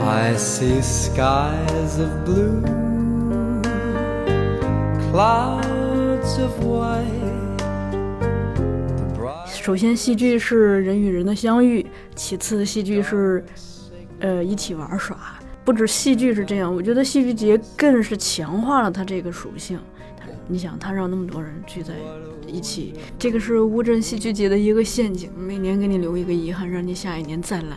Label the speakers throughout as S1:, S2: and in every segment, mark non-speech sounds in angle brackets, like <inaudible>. S1: I see skies of blue, clouds of white. The bright
S2: 首先，戏剧是人与人的相遇；其次，戏剧是，呃，一起玩耍。不止戏剧是这样，我觉得戏剧节更是强化了它这个属性。它，你想，它让那么多人聚在一起，这个是乌镇戏剧节的一个陷阱，每年给你留一个遗憾，让你下一年再来。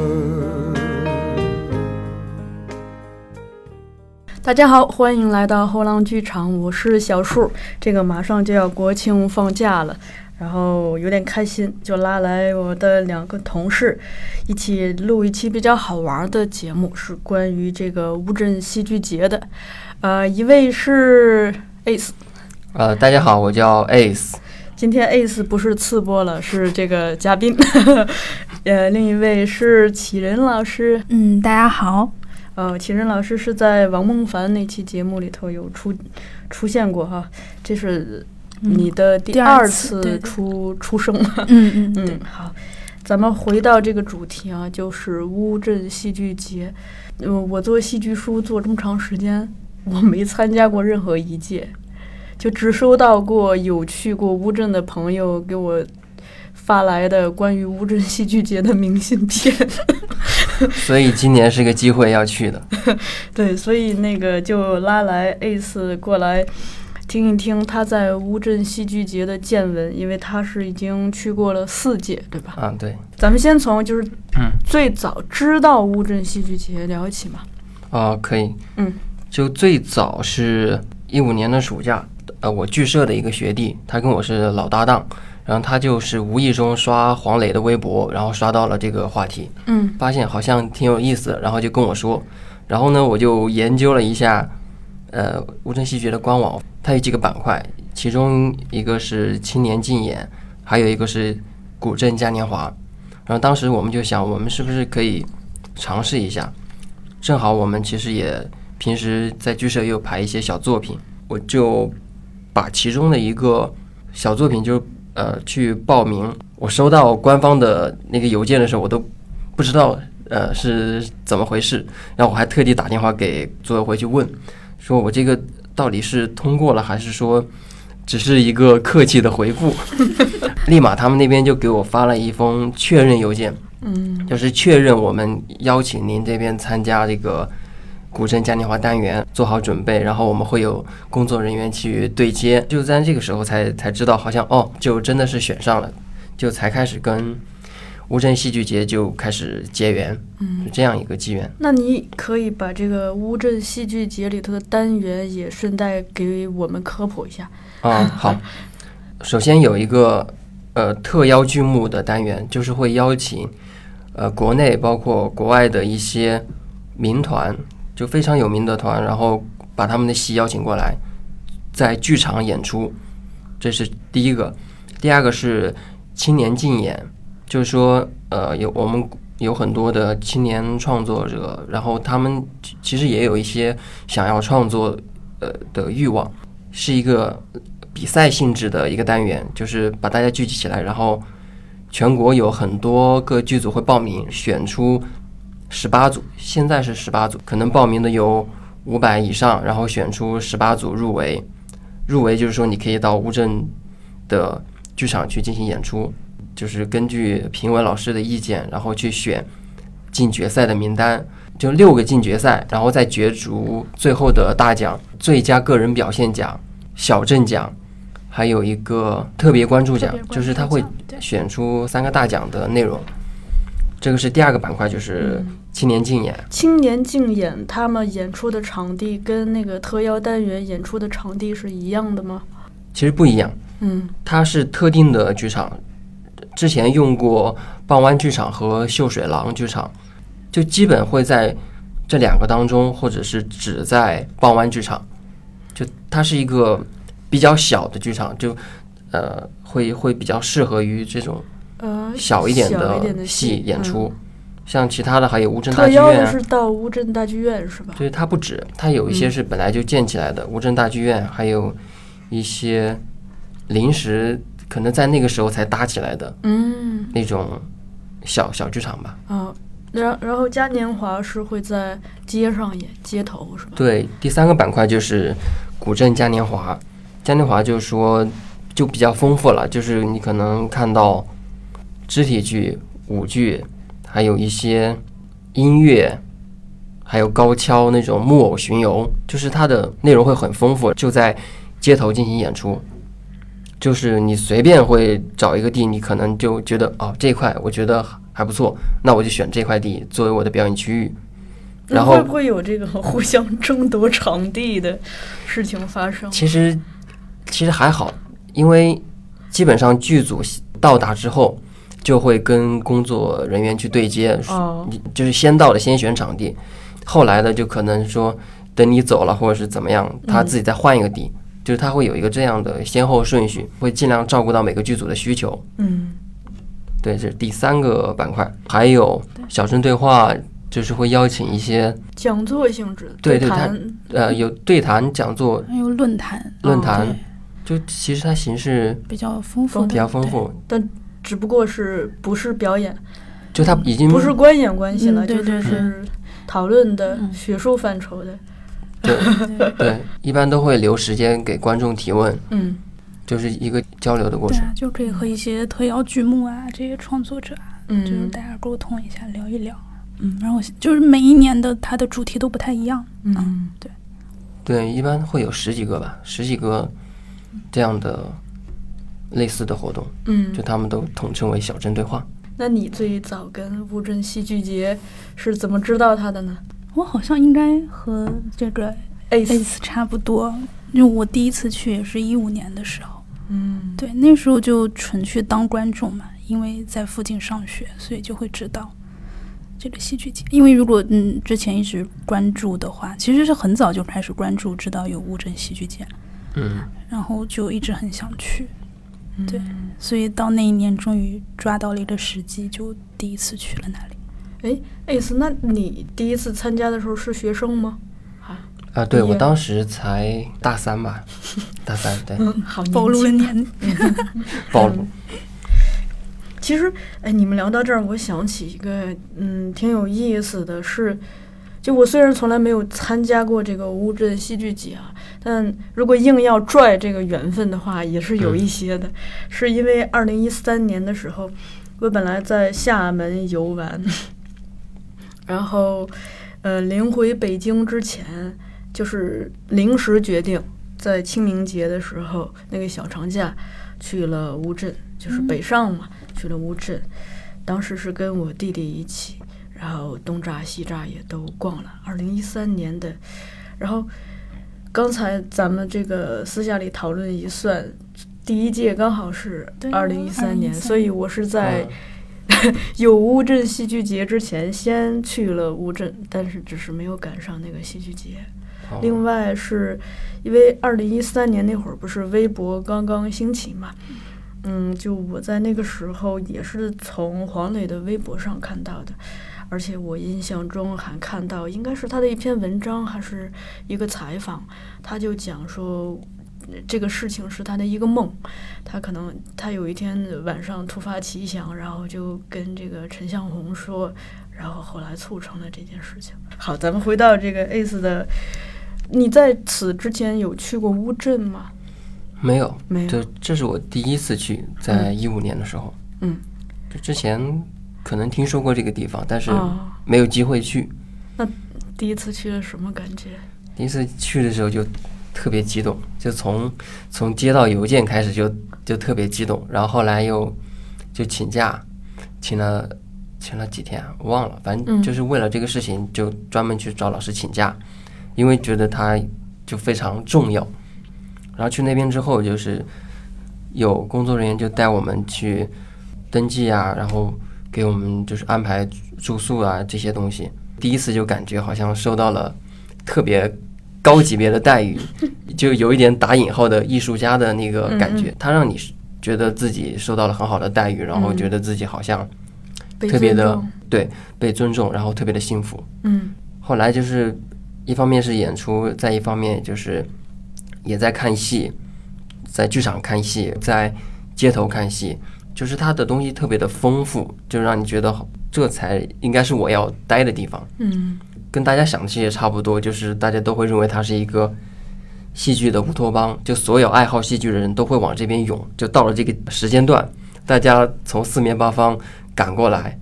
S2: 大家好，欢迎来到后浪剧场，我是小树。这个马上就要国庆放假了，然后有点开心，就拉来我的两个同事，一起录一期比较好玩的节目，是关于这个乌镇戏剧节的。呃，一位是哎 Ace。
S3: 呃，大家好，我叫 Ace。
S2: 今天 Ace 不是次播了，是这个嘉宾。 <laughs> 呃，另一位是启仁老师。
S4: 嗯，大家好，
S2: 呃，启仁老师是在王梦凡那期节目里头有出出现过哈，这是你的第
S4: 嗯第二
S2: 二
S4: 次对
S2: 次
S4: 对
S2: 出出生。 <laughs>
S4: 嗯嗯
S2: 嗯，好，咱们回到这个主题啊，就是乌镇戏剧节。嗯，我做戏剧书做这么长时间，我没参加过任何一届，就只收到过有去过乌镇的朋友给我发来的关于乌镇戏剧节的明信片。<laughs>
S3: <laughs> 所以今年是个机会要去的。
S2: 对，所以那个就拉来 Ace 过来听一听他在乌镇戏剧节的见闻，因为他是已经去过了四届，对吧？
S3: 啊，对，
S2: 咱们先从就是
S3: 嗯
S2: 最早知道乌镇戏剧节聊起嘛。
S3: 啊，可以。
S2: 嗯，
S3: 就最早是一五年的暑假，呃，我剧社的一个学弟，他跟我是老搭档，然后他就是无意中刷黄磊的微博，然后刷到了这个话题，
S2: 嗯
S3: 发现好像挺有意思的，然后就跟我说，然后呢，我就研究了一下，呃，乌镇戏剧的官网，它有几个板块，其中一个是青年竞演，还有一个是古镇嘉年华，然后当时我们就想，我们是不是可以尝试一下？正好我们其实也平时在剧社也有排一些小作品，我就把其中的一个小作品就呃去报名。我收到官方的那个邮件的时候，我都不知道呃是怎么回事，然后我还特地打电话给组委会去问，说我这个到底是通过了还是说只是一个客气的回复？ <laughs> 立马他们那边就给我发了一封确认邮件，
S2: 嗯
S3: 就是确认我们邀请您这边参加这个古镇嘉年华单元，做好准备，然后我们会有工作人员去对接。就在这个时候才才知道，好像哦，就真的是选上了，就才开始跟乌镇戏剧节就开始结缘，
S2: 嗯
S3: 是，这样一个机缘。
S2: 那你可以把这个乌镇戏剧节里头的单元也顺带给我们科普一下。
S3: 啊，好。首先有一个呃特邀剧目的单元，就是会邀请呃国内包括国外的一些民团，就非常有名的团，然后把他们的戏邀请过来，在剧场演出，这是第一个。第二个是青年竞演，就是说呃有我们有很多的青年创作者，然后他们其其实也有一些想要创作呃的欲望，是一个比赛性质的一个单元，就是把大家聚集起来，然后全国有很多个剧组会报名，选出十八组，现在是十八组，可能报名的有五百以上，然后选出十八组入围，入围就是说你可以到乌镇的剧场去进行演出，就是根据评委老师的意见，然后去选进决赛的名单。就六个进决赛，然后再角逐最后的大奖——最佳个人表现奖、小镇奖，还有一个特别关注奖，就是他会选出三个大奖的内容。这个是第二个板块，就是青年竞演。
S2: 青年竞演他们演出的场地跟那个特邀单元演出的场地是一样的吗？
S3: 其实不一样，
S2: 嗯
S3: 它是特定的剧场，之前用过傍湾剧场和秀水廊剧场，就基本会在这两个当中，或者是只在报湾剧场，就它是一个比较小的剧场，就呃会会比较适合于这种
S2: 呃，
S3: 小一点
S2: 小一点
S3: 的
S2: 的
S3: 戏演
S2: 嗯
S3: 出，像其他的还有乌镇大
S2: 特
S3: 剧
S2: 邀
S3: 院
S2: 的
S3: 啊
S2: 是，嗯到乌镇大剧院是吧？
S3: 对它不止，它有一些是本来就建起来的，乌镇大剧院，还有一些临时可能在那个时候才搭起来的
S2: 嗯
S3: 那种小小剧场吧。
S2: 啊，然然后嘉年华是会在街上演，街头是吧？
S3: 对，第三个板块就是古镇嘉年华，嘉年华就是说就比较丰富了，就是你可能看到肢体剧、舞剧，还有一些音乐，还有高跷那种木偶巡游，就是它的内容会很丰富，就在街头进行演出。就是你随便会找一个地，你可能就觉得哦这一块我觉得还不错，那我就选这块地作为我的表演区域。
S2: 那
S3: 然
S2: 会
S3: 后
S2: 不会有这个互相争夺场地的事情发 <laughs> 生？
S3: 其实其实还好，因为基本上剧组到达之后，就会跟工作人员去对接，
S2: 哦，
S3: 你就是先到的先选场地，后来的就可能说等你走了或者是怎么样，他
S4: 嗯
S3: 自己再换一个地，就是他会有一个这样的先后顺序，会尽量照顾到每个剧组的需求。
S2: 嗯，
S3: 对，这是第三个板块，还有小镇对话，就是会邀请一些
S2: 讲座性质，
S3: 对对
S2: 谈，
S3: 呃有对谈讲座、
S4: 还有论坛，
S3: 论
S2: 哦
S3: 坛
S4: 对，
S3: 就其实它形式
S4: 比较丰富的，
S3: 比较丰
S4: 对。
S3: 富，
S2: 只不过是不是表演，
S3: 就他已经
S2: 不是观演关系了，
S4: 嗯对
S2: 就是
S4: 对对
S2: 是讨论的、
S4: 嗯
S2: 学术范畴的，
S3: 对，
S2: <laughs>
S3: 一般都会留时间给观众提问，
S2: 嗯
S3: 就是一个交流的过
S4: 对
S3: 程。
S4: 啊，就可以和一些特邀剧目啊这些创作者啊，就是
S2: 嗯
S4: 大家沟通一下，聊一聊。嗯，然后就是每一年的它的主题都不太一样，
S2: 嗯，
S3: 对，一般会有十几个吧，十几个这样的类似的活动，
S2: 嗯
S3: 就他们都统称为小镇对话。
S2: 那你最早跟乌镇戏剧节是怎么知道他的呢
S4: 我好像应该和这个
S2: ？Ace，
S4: Ace 差不多，因为我第一次去也是一五年的时候，
S2: 嗯，
S4: 对，那时候就纯去当观众嘛，因为在附近上学，所以就会知道这个戏剧节。因为如果嗯之前一直关注的话，其实是很早就开始关注，知道有乌镇戏剧节，
S3: 嗯，
S4: 然后就一直很想去，对，
S2: 嗯
S4: 所以到那一年终于抓到了一个时机，就第一次去了那里。
S2: Ace，那你第一次参加的时候是学生吗？
S3: 啊，对我
S2: 也
S3: 当时才大
S2: <laughs>
S3: 三吧，大三对，
S2: 好
S4: 暴露了年，
S2: <laughs>
S3: 暴露。
S2: 其实，哎，你们聊到这儿，我想起一个，嗯，挺有意思的是，就我虽然从来没有参加过这个乌镇戏剧节啊，但如果硬要拽这个缘分的话，也是有一些的。是因为二零一三年的时候，我本来在厦门游玩， <laughs> 然后，呃，临回北京之前，就是临时决定在清明节的时候那个小长假去了乌镇，就是北上嘛，去了乌镇。当时是跟我弟弟一起，然后东栅西栅也都逛了。二零一三年的，然后刚才咱们这个私下里讨论一算，第一届刚好是
S4: 对
S2: 啊二零一三年，
S4: 2013
S2: 所以我是在
S3: 嗯
S2: 有乌镇戏剧节之前先去了乌镇，但是只是没有赶上那个戏剧节。
S3: 好
S2: 另外是因为二零一三年那会儿不是微博刚刚兴起嘛，嗯，就我在那个时候也是从黄磊的微博上看到的，而且我印象中还看到应该是他的一篇文章还是一个采访，他就讲说。呃这个事情是他的一个梦，他可能他有一天晚上突发奇想，然后就跟这个陈向红说，然后后来促成了这件事情。好，咱们回到这个 Ace 的你在此之前有去过乌镇吗？
S3: 没有，
S2: 没
S3: 就这是我第一次去，在一五年的时候。
S2: 嗯，
S3: 就之前可能听说过这个地方，但是
S2: 哦，
S3: 没有机会去。
S2: 第一次去的什么感觉？
S3: 第一次去的时候就特别激动，就从从接到邮件开始就就特别激动，然后后来又就请假，请了请了几天啊我忘了，反正
S2: 嗯
S3: 就是为了这个事情就专门去找老师请假，因为觉得它就非常重要。然后去那边之后，就是有工作人员就带我们去登记啊，然后给我们就是安排住宿啊这些东西。第一次就感觉好像受到了特别高级别的待遇，就有一点打引号的艺术家的那个感觉，它让你觉得自己受到了很好的待遇，然后觉得自己好像
S2: 被
S3: 特别
S2: 尊
S3: 的
S2: 重
S3: 对被尊重，然后特别的幸福。
S2: 嗯
S3: 后来就是一方面是演出，再一方面就是也在看戏，在剧场看戏，在街头看戏，就是他的东西特别的丰富，就让你觉得好这才应该是我要待的地方。
S2: 嗯
S3: 跟大家想的其实也差不多，就是大家都会认为它是一个戏剧的乌托邦，就所有爱好戏剧的人都会往这边涌。就到了这个时间段，大家从四面八方赶过来，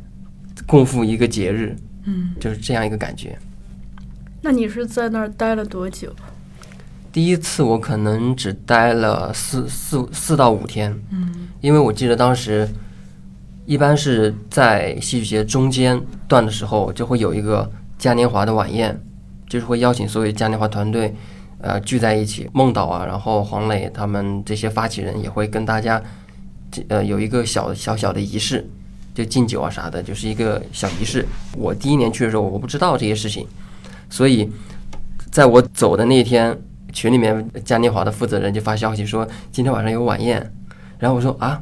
S3: 共赴一个节日，
S2: 嗯。
S3: 就是这样一个感觉。
S2: 那你是在那儿待了多久？
S3: 第一次我可能只待了四四四到五天，
S2: 嗯
S3: 因为我记得当时一般是在戏剧节中间段的时候，就会有一个嘉年华的晚宴，就是会邀请所有嘉年华团队，呃，聚在一起。孟导啊，然后黄磊他们这些发起人也会跟大家，这呃，有一个小小小的仪式，就敬酒啊啥的，就是一个小仪式。我第一年去的时候，我不知道这些事情，所以在我走的那一天，群里面嘉年华的负责人就发消息说今天晚上有晚宴。然后我说啊，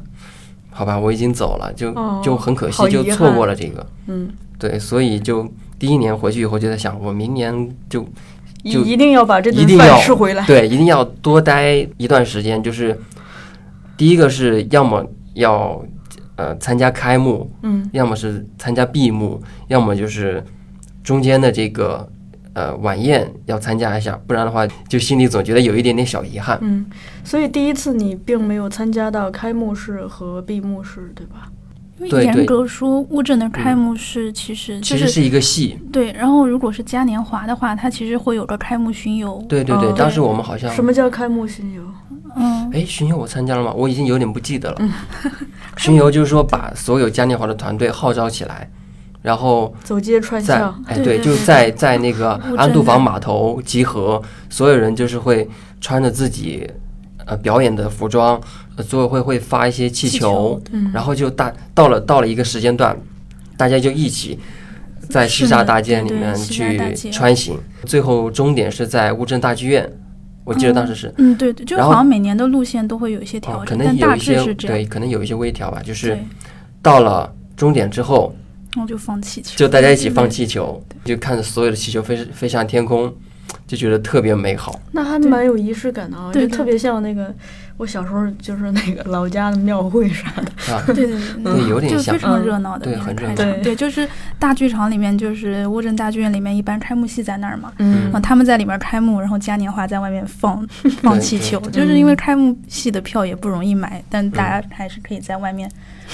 S3: 好吧，我已经走了，就、
S2: 哦
S3: 就很可惜
S2: 好，遗
S3: 就
S2: 憾
S3: 错过了这个。
S2: 嗯，
S3: 对，所以就第一年回去以后就在想，我明年就
S2: 一
S3: 就
S2: 一定要把这
S3: 一
S2: 顿
S3: 定要
S2: 饭吃回来。
S3: 对，一定要多待一段时间。就是第一个是要么要呃参加开幕，
S2: 嗯
S3: 要么是参加闭幕，要么就是中间的这个呃晚宴要参加一下，不然的话就心里总觉得有一点点小遗憾。
S2: 嗯，所以第一次你并没有参加到开幕式和闭幕式，对
S3: 嗯
S2: 吧？
S4: 因
S3: 对
S4: 为
S3: 对
S4: 严格说，乌镇的开幕式其实就
S3: 其实
S4: 是
S3: 是一个戏，
S4: 对，然后如果是嘉年华的话，它其实会有个开幕巡游。
S3: 对对对，
S2: 哦
S3: 当时我们好像
S2: 什么叫开幕巡游？
S4: 嗯，
S3: 哎，巡游我参加了吗？我已经有点不记得
S2: 嗯
S3: 了。巡游就是说把所有嘉年华的团队号召起来，然后
S2: 走街串
S3: 在
S2: 巷。
S3: 哎
S4: 对
S3: 对，
S4: 对
S3: 就
S4: 对
S3: 在在那个
S4: 乌
S3: 安
S4: 镇
S3: 渡
S4: 的
S3: 坊码头集合，所有人就是会穿着自己呃表演的服装，呃组委会会发一些气
S4: 气
S3: 球
S4: 球，
S2: 嗯
S3: 然后就大到了到了一个时间段，大家就一起。在西
S4: 顺
S3: 栅
S4: 着
S3: 大街里
S4: 对对
S3: 面
S4: 西栅大
S3: 去
S4: 街
S3: 穿行，最后终点是在乌镇大剧院，我记得当时是，
S4: 嗯，对对，就是
S3: 然后
S4: 好像每年的路线都会有一些调
S3: 哦，可
S4: 整，
S3: 能
S4: 但
S3: 有
S4: 大
S3: 一
S4: 致
S3: 些
S4: 是这样。
S3: 对，可能有一些微调吧，就是
S4: 对，
S3: 到了终点之后，
S4: 然后就放气球。
S3: 就大家一起放气球，就看着所有的气球飞飞向天空，就觉得特别美好。
S2: 那还蛮有仪式感的啊，
S4: 对
S2: 就
S4: 对，
S2: 特别像那个我小时候就是那个老家的庙会啥的。
S3: 啊
S4: 对对对对，
S3: <laughs> 对，有点
S4: 就
S3: 像
S4: 非，常热闹的
S3: 对
S4: 那个
S3: 很热
S4: 开
S3: 闹
S4: 场
S2: 对
S4: 对，就是大剧场里面，就是乌镇大剧院里面，一般开幕戏在那儿嘛，
S3: 嗯
S4: <laughs> 嗯，他们在里面开幕，然后嘉年华在外面放放气球，
S3: 对嗯
S4: 就是因为开幕戏的票也不容易买，但大家还是可以在外面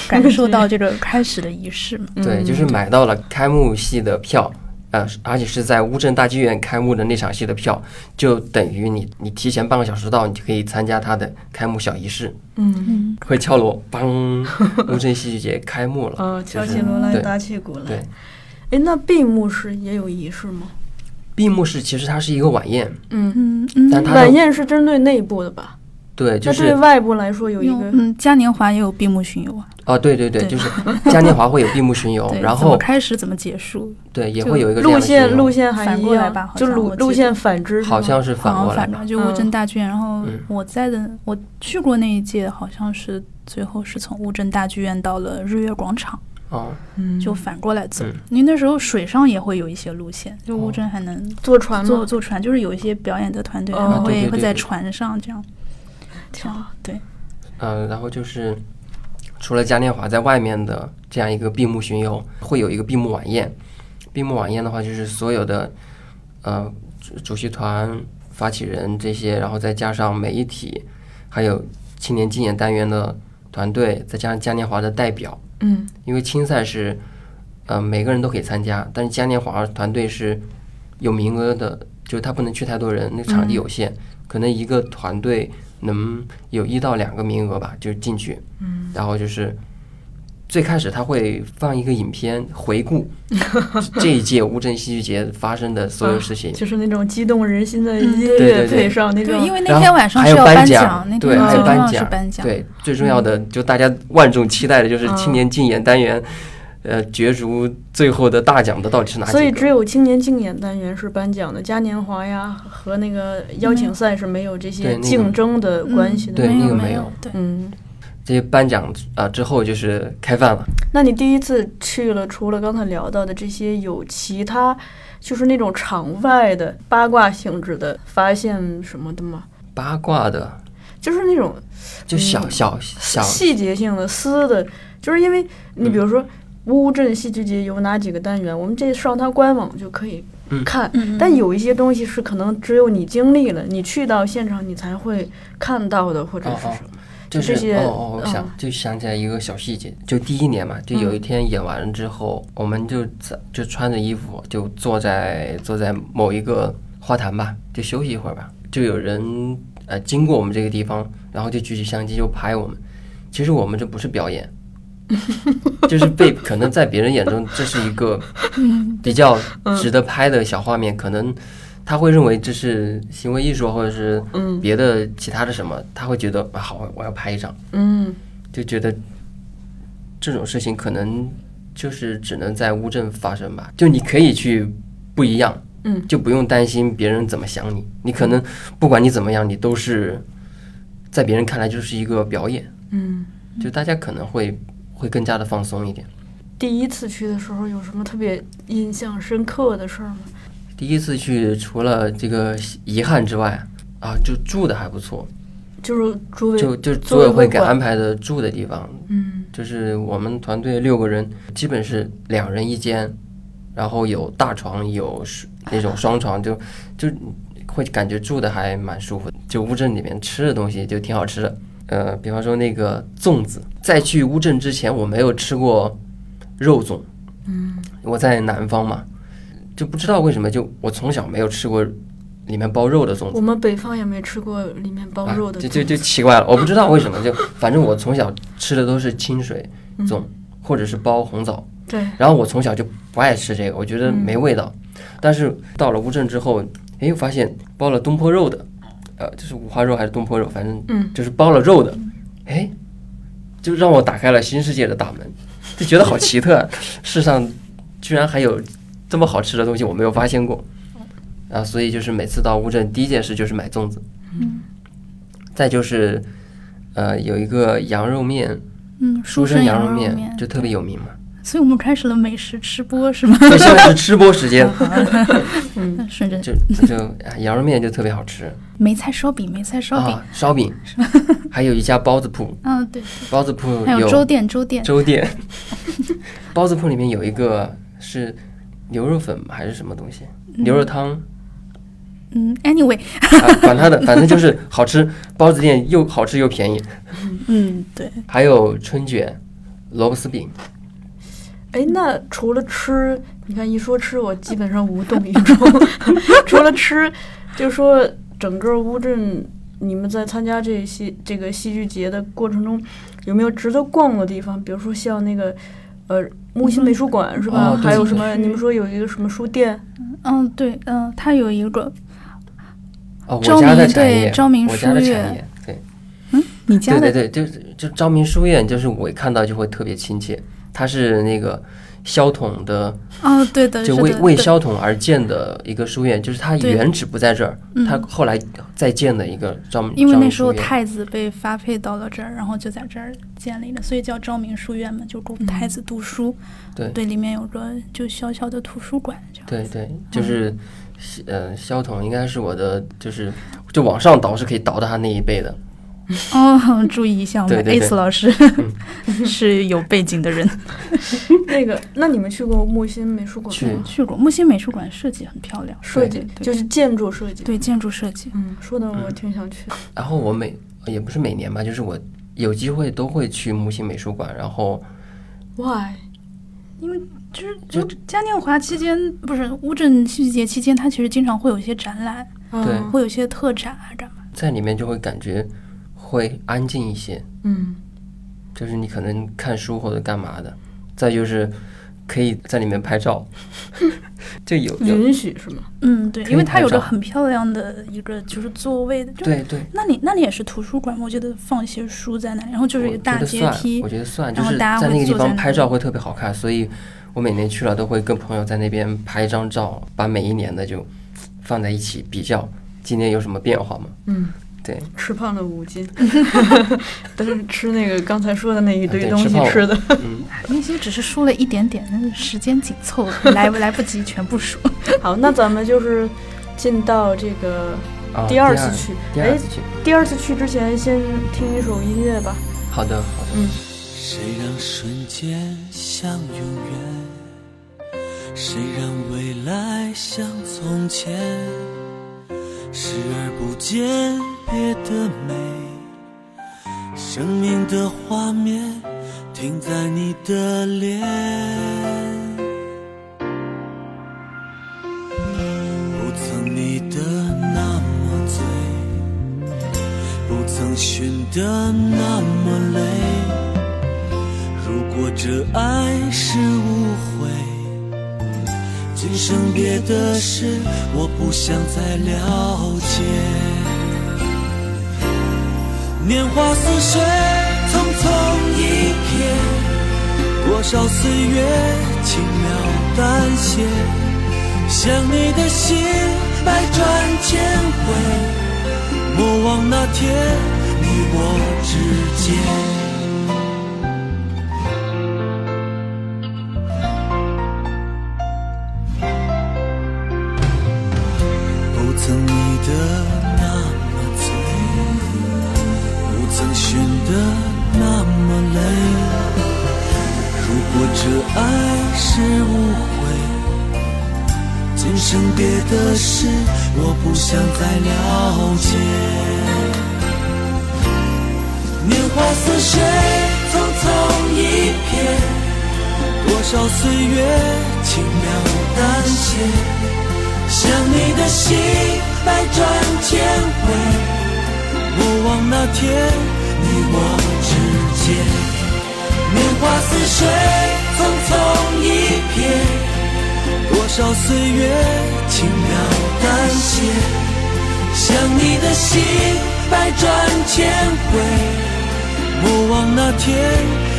S4: 感受到这个开始的仪式嘛。
S2: 嗯
S3: 对，就是买到了开幕戏的票。呃，而且是在乌镇大剧院开幕的那场戏的票，就等于你你提前半个小时到，你就可以参加它的开幕小仪式，
S2: 嗯，
S4: 嗯，
S3: 会敲锣，梆，乌镇戏剧节开幕了。
S4: 呃
S2: 哦，敲
S3: 就是
S2: 起锣来
S3: 对
S2: 打起鼓来
S3: 对。
S2: 哎，那闭幕式也有仪式吗？
S3: 闭幕式其实它是一个晚宴，
S2: 嗯，
S4: 嗯嗯，
S3: 但它的
S2: 晚宴是针对内部的吧？
S3: 对，
S2: 那
S3: 就是
S2: 对外部来说有一
S4: 有
S2: 个
S4: 嗯嘉年华也有闭幕巡游啊，
S3: 哦，对对对，
S4: 对
S3: 就是嘉年华会有闭幕巡游
S4: <laughs> 对，，
S3: 哦然
S4: 怎么
S3: 后
S4: 开始怎么结束，
S3: 对也
S4: 就
S3: 会有一个这
S2: 路
S3: 样的巡
S2: 线，
S3: 游
S2: 路线还
S4: 反
S2: 一
S4: 过来
S2: 样
S4: 吧好
S2: 就
S4: 像
S2: 路
S4: 我记
S2: 路
S4: 得
S2: 线反之是吗，
S3: 好像是反
S4: 好
S3: 过
S4: 像
S3: 来
S4: 反
S3: 吧，
S4: 正就乌镇大剧院，然后
S3: 嗯
S4: 我在的我去过那一届，好像是最后是从乌镇大剧院到了日月广场。
S3: 哦，
S2: 嗯
S4: 就反过来走
S3: 嗯。
S4: 因为那时候水上也会有一些路线，就
S3: 哦
S4: 乌镇还能
S2: 坐船
S4: 坐
S2: 吗？
S4: 坐船，就是有一些表演的团队
S2: 哦
S4: 他们
S3: 对对
S4: 会
S3: 对
S4: 会在
S3: 对
S4: 船上这样。
S2: 挺好。
S4: 对，
S3: 呃，然后就是除了嘉年华在外面的这样一个闭幕巡游，会有一个闭幕晚宴。闭幕晚宴的话，就是所有的呃主主席团、发起人这些，然后再加上媒体，还有青年竞演单元的团队，再加上嘉年华的代表，
S2: 嗯
S3: 因为青赛是，呃，每个人都可以参加，但是嘉年华团队是有名额的，就是他不能去太多人，那个场地有
S2: 嗯
S3: 限，可能一个团队能有一到两个名额吧，就进去。
S2: 嗯，
S3: 然后就是最开始他会放一个影片
S2: <laughs>
S3: 回顾这一届乌镇戏剧节发生的所有事情，
S2: 就是那种激动人心的
S4: 嗯
S2: 音
S4: 对
S2: 乐
S3: 对对
S2: 配上那
S4: 对，
S2: 种
S4: 因为
S3: 然
S4: 那
S3: 后
S4: 天晚上
S3: 还
S4: 是
S3: 有
S4: 要
S3: 颁
S4: 奖，那
S3: 对，
S4: 天
S3: 还
S4: 最
S3: 有
S4: 重
S3: 颁
S4: 要是
S3: 奖，
S4: 颁
S2: 嗯
S4: 奖。
S3: 对，最重要的就大家万众期待的就是青年竞演单元呃角逐最后的大奖的到底是哪几个？
S2: 所以只有青年竞演单元是颁奖的，嘉年华呀和那个邀请赛是没有这
S3: 对
S2: 些
S3: 那个嗯
S2: 竞争的关系的。
S3: 对那
S4: 没
S3: 个没
S4: 没
S3: 有，
S4: 对，
S2: 嗯，
S3: 这些颁奖啊、之后就是开饭了，
S2: 那你第一次去了，除了刚才聊到的这些，有其他就是那种场外的八卦性质的发现什么的吗？
S3: 八卦的
S2: 就是那种
S3: 就小
S2: 嗯
S3: 小小
S2: 细节性的、私的，就是因为
S3: 嗯
S2: 你比如说乌镇戏剧节有哪几个单元，我们这上它官网就可以
S3: 嗯
S2: 看。
S4: 嗯，
S2: 但有一些东西是可能只有你经历了，你去到现场你才会看到的，或者是
S3: 哦哦
S2: 什么。
S3: 就
S2: 这
S3: 是
S2: 些
S3: 哦哦，我
S2: 嗯
S3: 想、就想起来一个小细节，就第一年嘛，就有一天演完之后，我们就在就穿着衣服就坐在坐在某一个花坛吧，就休息一会儿吧，就有人呃经过我们这个地方，然后就举起相机就拍我们。其实我们这不是
S2: <laughs>
S3: 表演，就是被可能在别人眼中这是一个比较值得拍的小画面，可能他会认为这是行为艺术啊或者是
S2: 嗯
S3: 别的其他的什么，他会觉得啊好，我要拍一张，
S2: 嗯，
S3: 就觉得这种事情可能就是只能在乌镇发生吧，就你可以去不一样，
S2: 嗯，
S3: 就不用担心别人怎么想你，你可能不管你怎么样，你都是在别人看来就是一个表演，
S2: 嗯，
S3: 就大家可能会会更加的放松一点。
S2: 第一次去的时候有什么特别印象深刻的事儿吗？
S3: 第一次去，除了这个遗憾之外，啊，就住的还不错，
S2: 就是诸位，
S3: 就就组
S2: 作为
S3: 委会
S2: 会
S3: 给
S2: 馆
S3: 安排的住的地方，
S2: 嗯
S3: 就是我们团队六个人，基本是两人一间，然后有大床，有是那
S2: 哎
S3: 种双床，就就会感觉住的还蛮舒服的。就乌镇里面吃的东西就挺好吃的，呃，比方说那个粽子，在去乌镇之前我没有吃过肉粽，
S2: 嗯，
S3: 我在南方嘛，就不知道为什么就我从小没有吃过里面包肉的粽子
S2: 我。们北方也没吃过里面包肉的
S3: 啊、
S2: 粽子、
S3: 就就就奇怪了，我不知道为什么，就反正我从小吃的都是清水粽，或者是包红枣，
S2: 嗯对，嗯
S3: 然后我从小就不爱吃这个，我觉得没味道。但是到了乌镇之后，哎，我发现包了东坡肉的，呃，就是五花肉还是东坡肉，反正
S2: 嗯
S3: 就是包了肉的，哎，就让我打开了新世界的大门，就觉得好
S2: <laughs>
S3: 奇特啊，世上居然还有这么好吃的东西，我没有发现过。啊，所以就是每次到乌镇，第一件事就是买粽子，
S4: 嗯
S3: 再就是，呃，有一个羊肉面，
S4: 嗯，
S3: 书
S4: 书
S3: 生
S4: 生
S3: 羊
S4: 肉
S3: 面
S4: 面
S3: 就特别有名
S4: <laughs>
S3: 嘛。
S4: 所以我们开始了美食吃播是吗？
S3: 对，现在是吃播时
S4: <laughs>
S3: 间，
S2: 嗯，
S4: 顺着
S3: 就就啊羊肉面就特别好吃
S4: 梅菜烧饼，梅菜烧饼，
S3: 啊，烧饼，
S4: <laughs>
S3: 还有一家包子铺，
S4: 嗯、对，
S3: 包子铺
S4: 还有粥店，粥店，
S3: 粥店， <laughs> 包子铺里面有一个是牛肉粉还是什么东西，牛肉汤，
S4: 嗯，anyway，
S3: 啊，管它的，反正就是好吃。包子店又好吃又便宜，
S4: 嗯，对，
S3: 还有春卷、萝卜丝饼，
S2: 哎，那除了吃，你看一说吃，我基本上无动于衷。 <laughs> 除了吃，就说整个乌镇，你们在参加这戏这个戏剧节的过程中，有没有值得逛的地方？比如说像那个，呃，木心美术馆是吧？
S3: 哦对
S2: 还有
S3: 对
S2: 什么？
S4: 对
S2: 你们说有一个什么书店？
S4: 嗯，对，嗯、它有一个，
S3: 哦，我
S4: 昭
S3: 家的
S4: 明
S3: 产
S4: 对
S3: 业，
S4: 昭明
S3: 我家的
S4: 书
S3: 产
S4: 院嗯
S3: 业，对。
S4: 你家的
S3: 对对对，就是就昭明书院，就是我一看到就会特别亲切。它是那个萧统的，
S4: 哦，对的，
S3: 就是为
S4: 的
S3: 为
S4: 对
S3: 萧统而建的一个书院，就是它
S4: 对
S3: 原址不在这儿，
S4: 嗯
S3: 它后来再建的一个昭明。
S4: 因为
S3: 昭
S4: 那
S3: 明
S4: 时候
S3: 书院
S4: 太子被发配到了这儿，然后就在这儿建立了，所以叫昭明书院嘛，就供太子读书。
S3: 嗯对
S4: 对，里面有个就小小的图书馆这样。
S3: 对对，就是呃，萧统应该是我的，就是就往上倒是可以倒到他那一辈的。
S4: 哦，注意一下，我们
S3: 对对对嗯
S4: Ace 老师 <laughs> 是有背景的人，
S2: 那个，那你们去过木心美术馆
S3: 去
S2: 吗？
S4: 去过木心美术馆，设计很漂亮，
S2: 设计
S4: 对
S2: 就是建筑设计。
S4: 对建筑设计。
S2: 嗯，说的我挺想去。
S3: 然后我每也不是每年吧，就是我有机会都会去木心美术馆，然后
S2: Why？
S4: 因为就是
S3: 就
S4: 就嘉年华期间，不是乌镇戏剧节期间，它其实经常会有一些展览，
S3: 对
S2: 嗯
S4: 会有一些特展啊，干嘛？
S3: 在里面就会感觉会安静一些。
S2: 嗯
S3: 就是你可能看书或者干嘛的。再就是可以在里面拍
S4: <laughs>
S3: 照，就有有
S2: 允许是吗？
S4: 嗯，对，
S3: 可以
S4: 因为它
S3: 拍
S4: 有着
S3: 照
S4: 很漂亮的一个就是座位的，就
S3: 对对，
S4: 那里那里也是图书馆嘛，我觉得放一些书在那里，然后就是
S3: 我
S4: 一个
S3: 觉
S4: 大
S3: 得
S4: 阶
S3: 算，
S4: 梯
S3: 我，觉得算，就
S4: 然后
S3: 是
S4: 大家
S3: 在
S4: 会
S3: 那个地
S4: 坐在
S3: 方
S4: 那
S3: 拍
S4: 里
S3: 照会特别好看，所以我每年去了都会跟朋友在那边拍一张照，把每一年的就放在一起比较，今年有什么变化吗？
S2: 嗯，
S3: 对，
S2: 吃胖了五斤， <laughs> 但是吃那个刚才说的那一
S3: 啊
S2: 堆
S3: 对
S2: 东
S3: 吃
S2: 西
S3: 胖了
S2: 吃的， <laughs>
S3: 嗯，
S4: 那些只是输了一点点，但是时间紧凑，
S3: <laughs>
S4: 来不来不及全部数。
S2: 好，那咱们就是进到这个
S3: 啊，
S2: 第二次，去，
S3: 第
S2: 哎
S3: 二，次去，
S2: 第二次去之前先听一首音乐吧。
S3: 好的好的，
S5: 谁让瞬间像永远？谁让未来像从前？视而不见别的美，生命的画面停在你的脸。不曾你的那么醉，不曾寻的那么累。如果这爱是误会，今生别的事我不想再了解。年华似水，匆匆一瞥，多少岁月轻描淡写，想你的心百转千回，莫忘那天你我之间。不曾你的那么醉，不曾寻的那么累。如果这爱是误会，今生别的事我不想再了解。年华似水，匆匆一瞥，多少岁月轻描淡写。想你的心百转千回，莫忘那天你我之间。年华似水，匆匆一瞥，多少岁月轻描淡写。想你的心百转千回，莫忘那天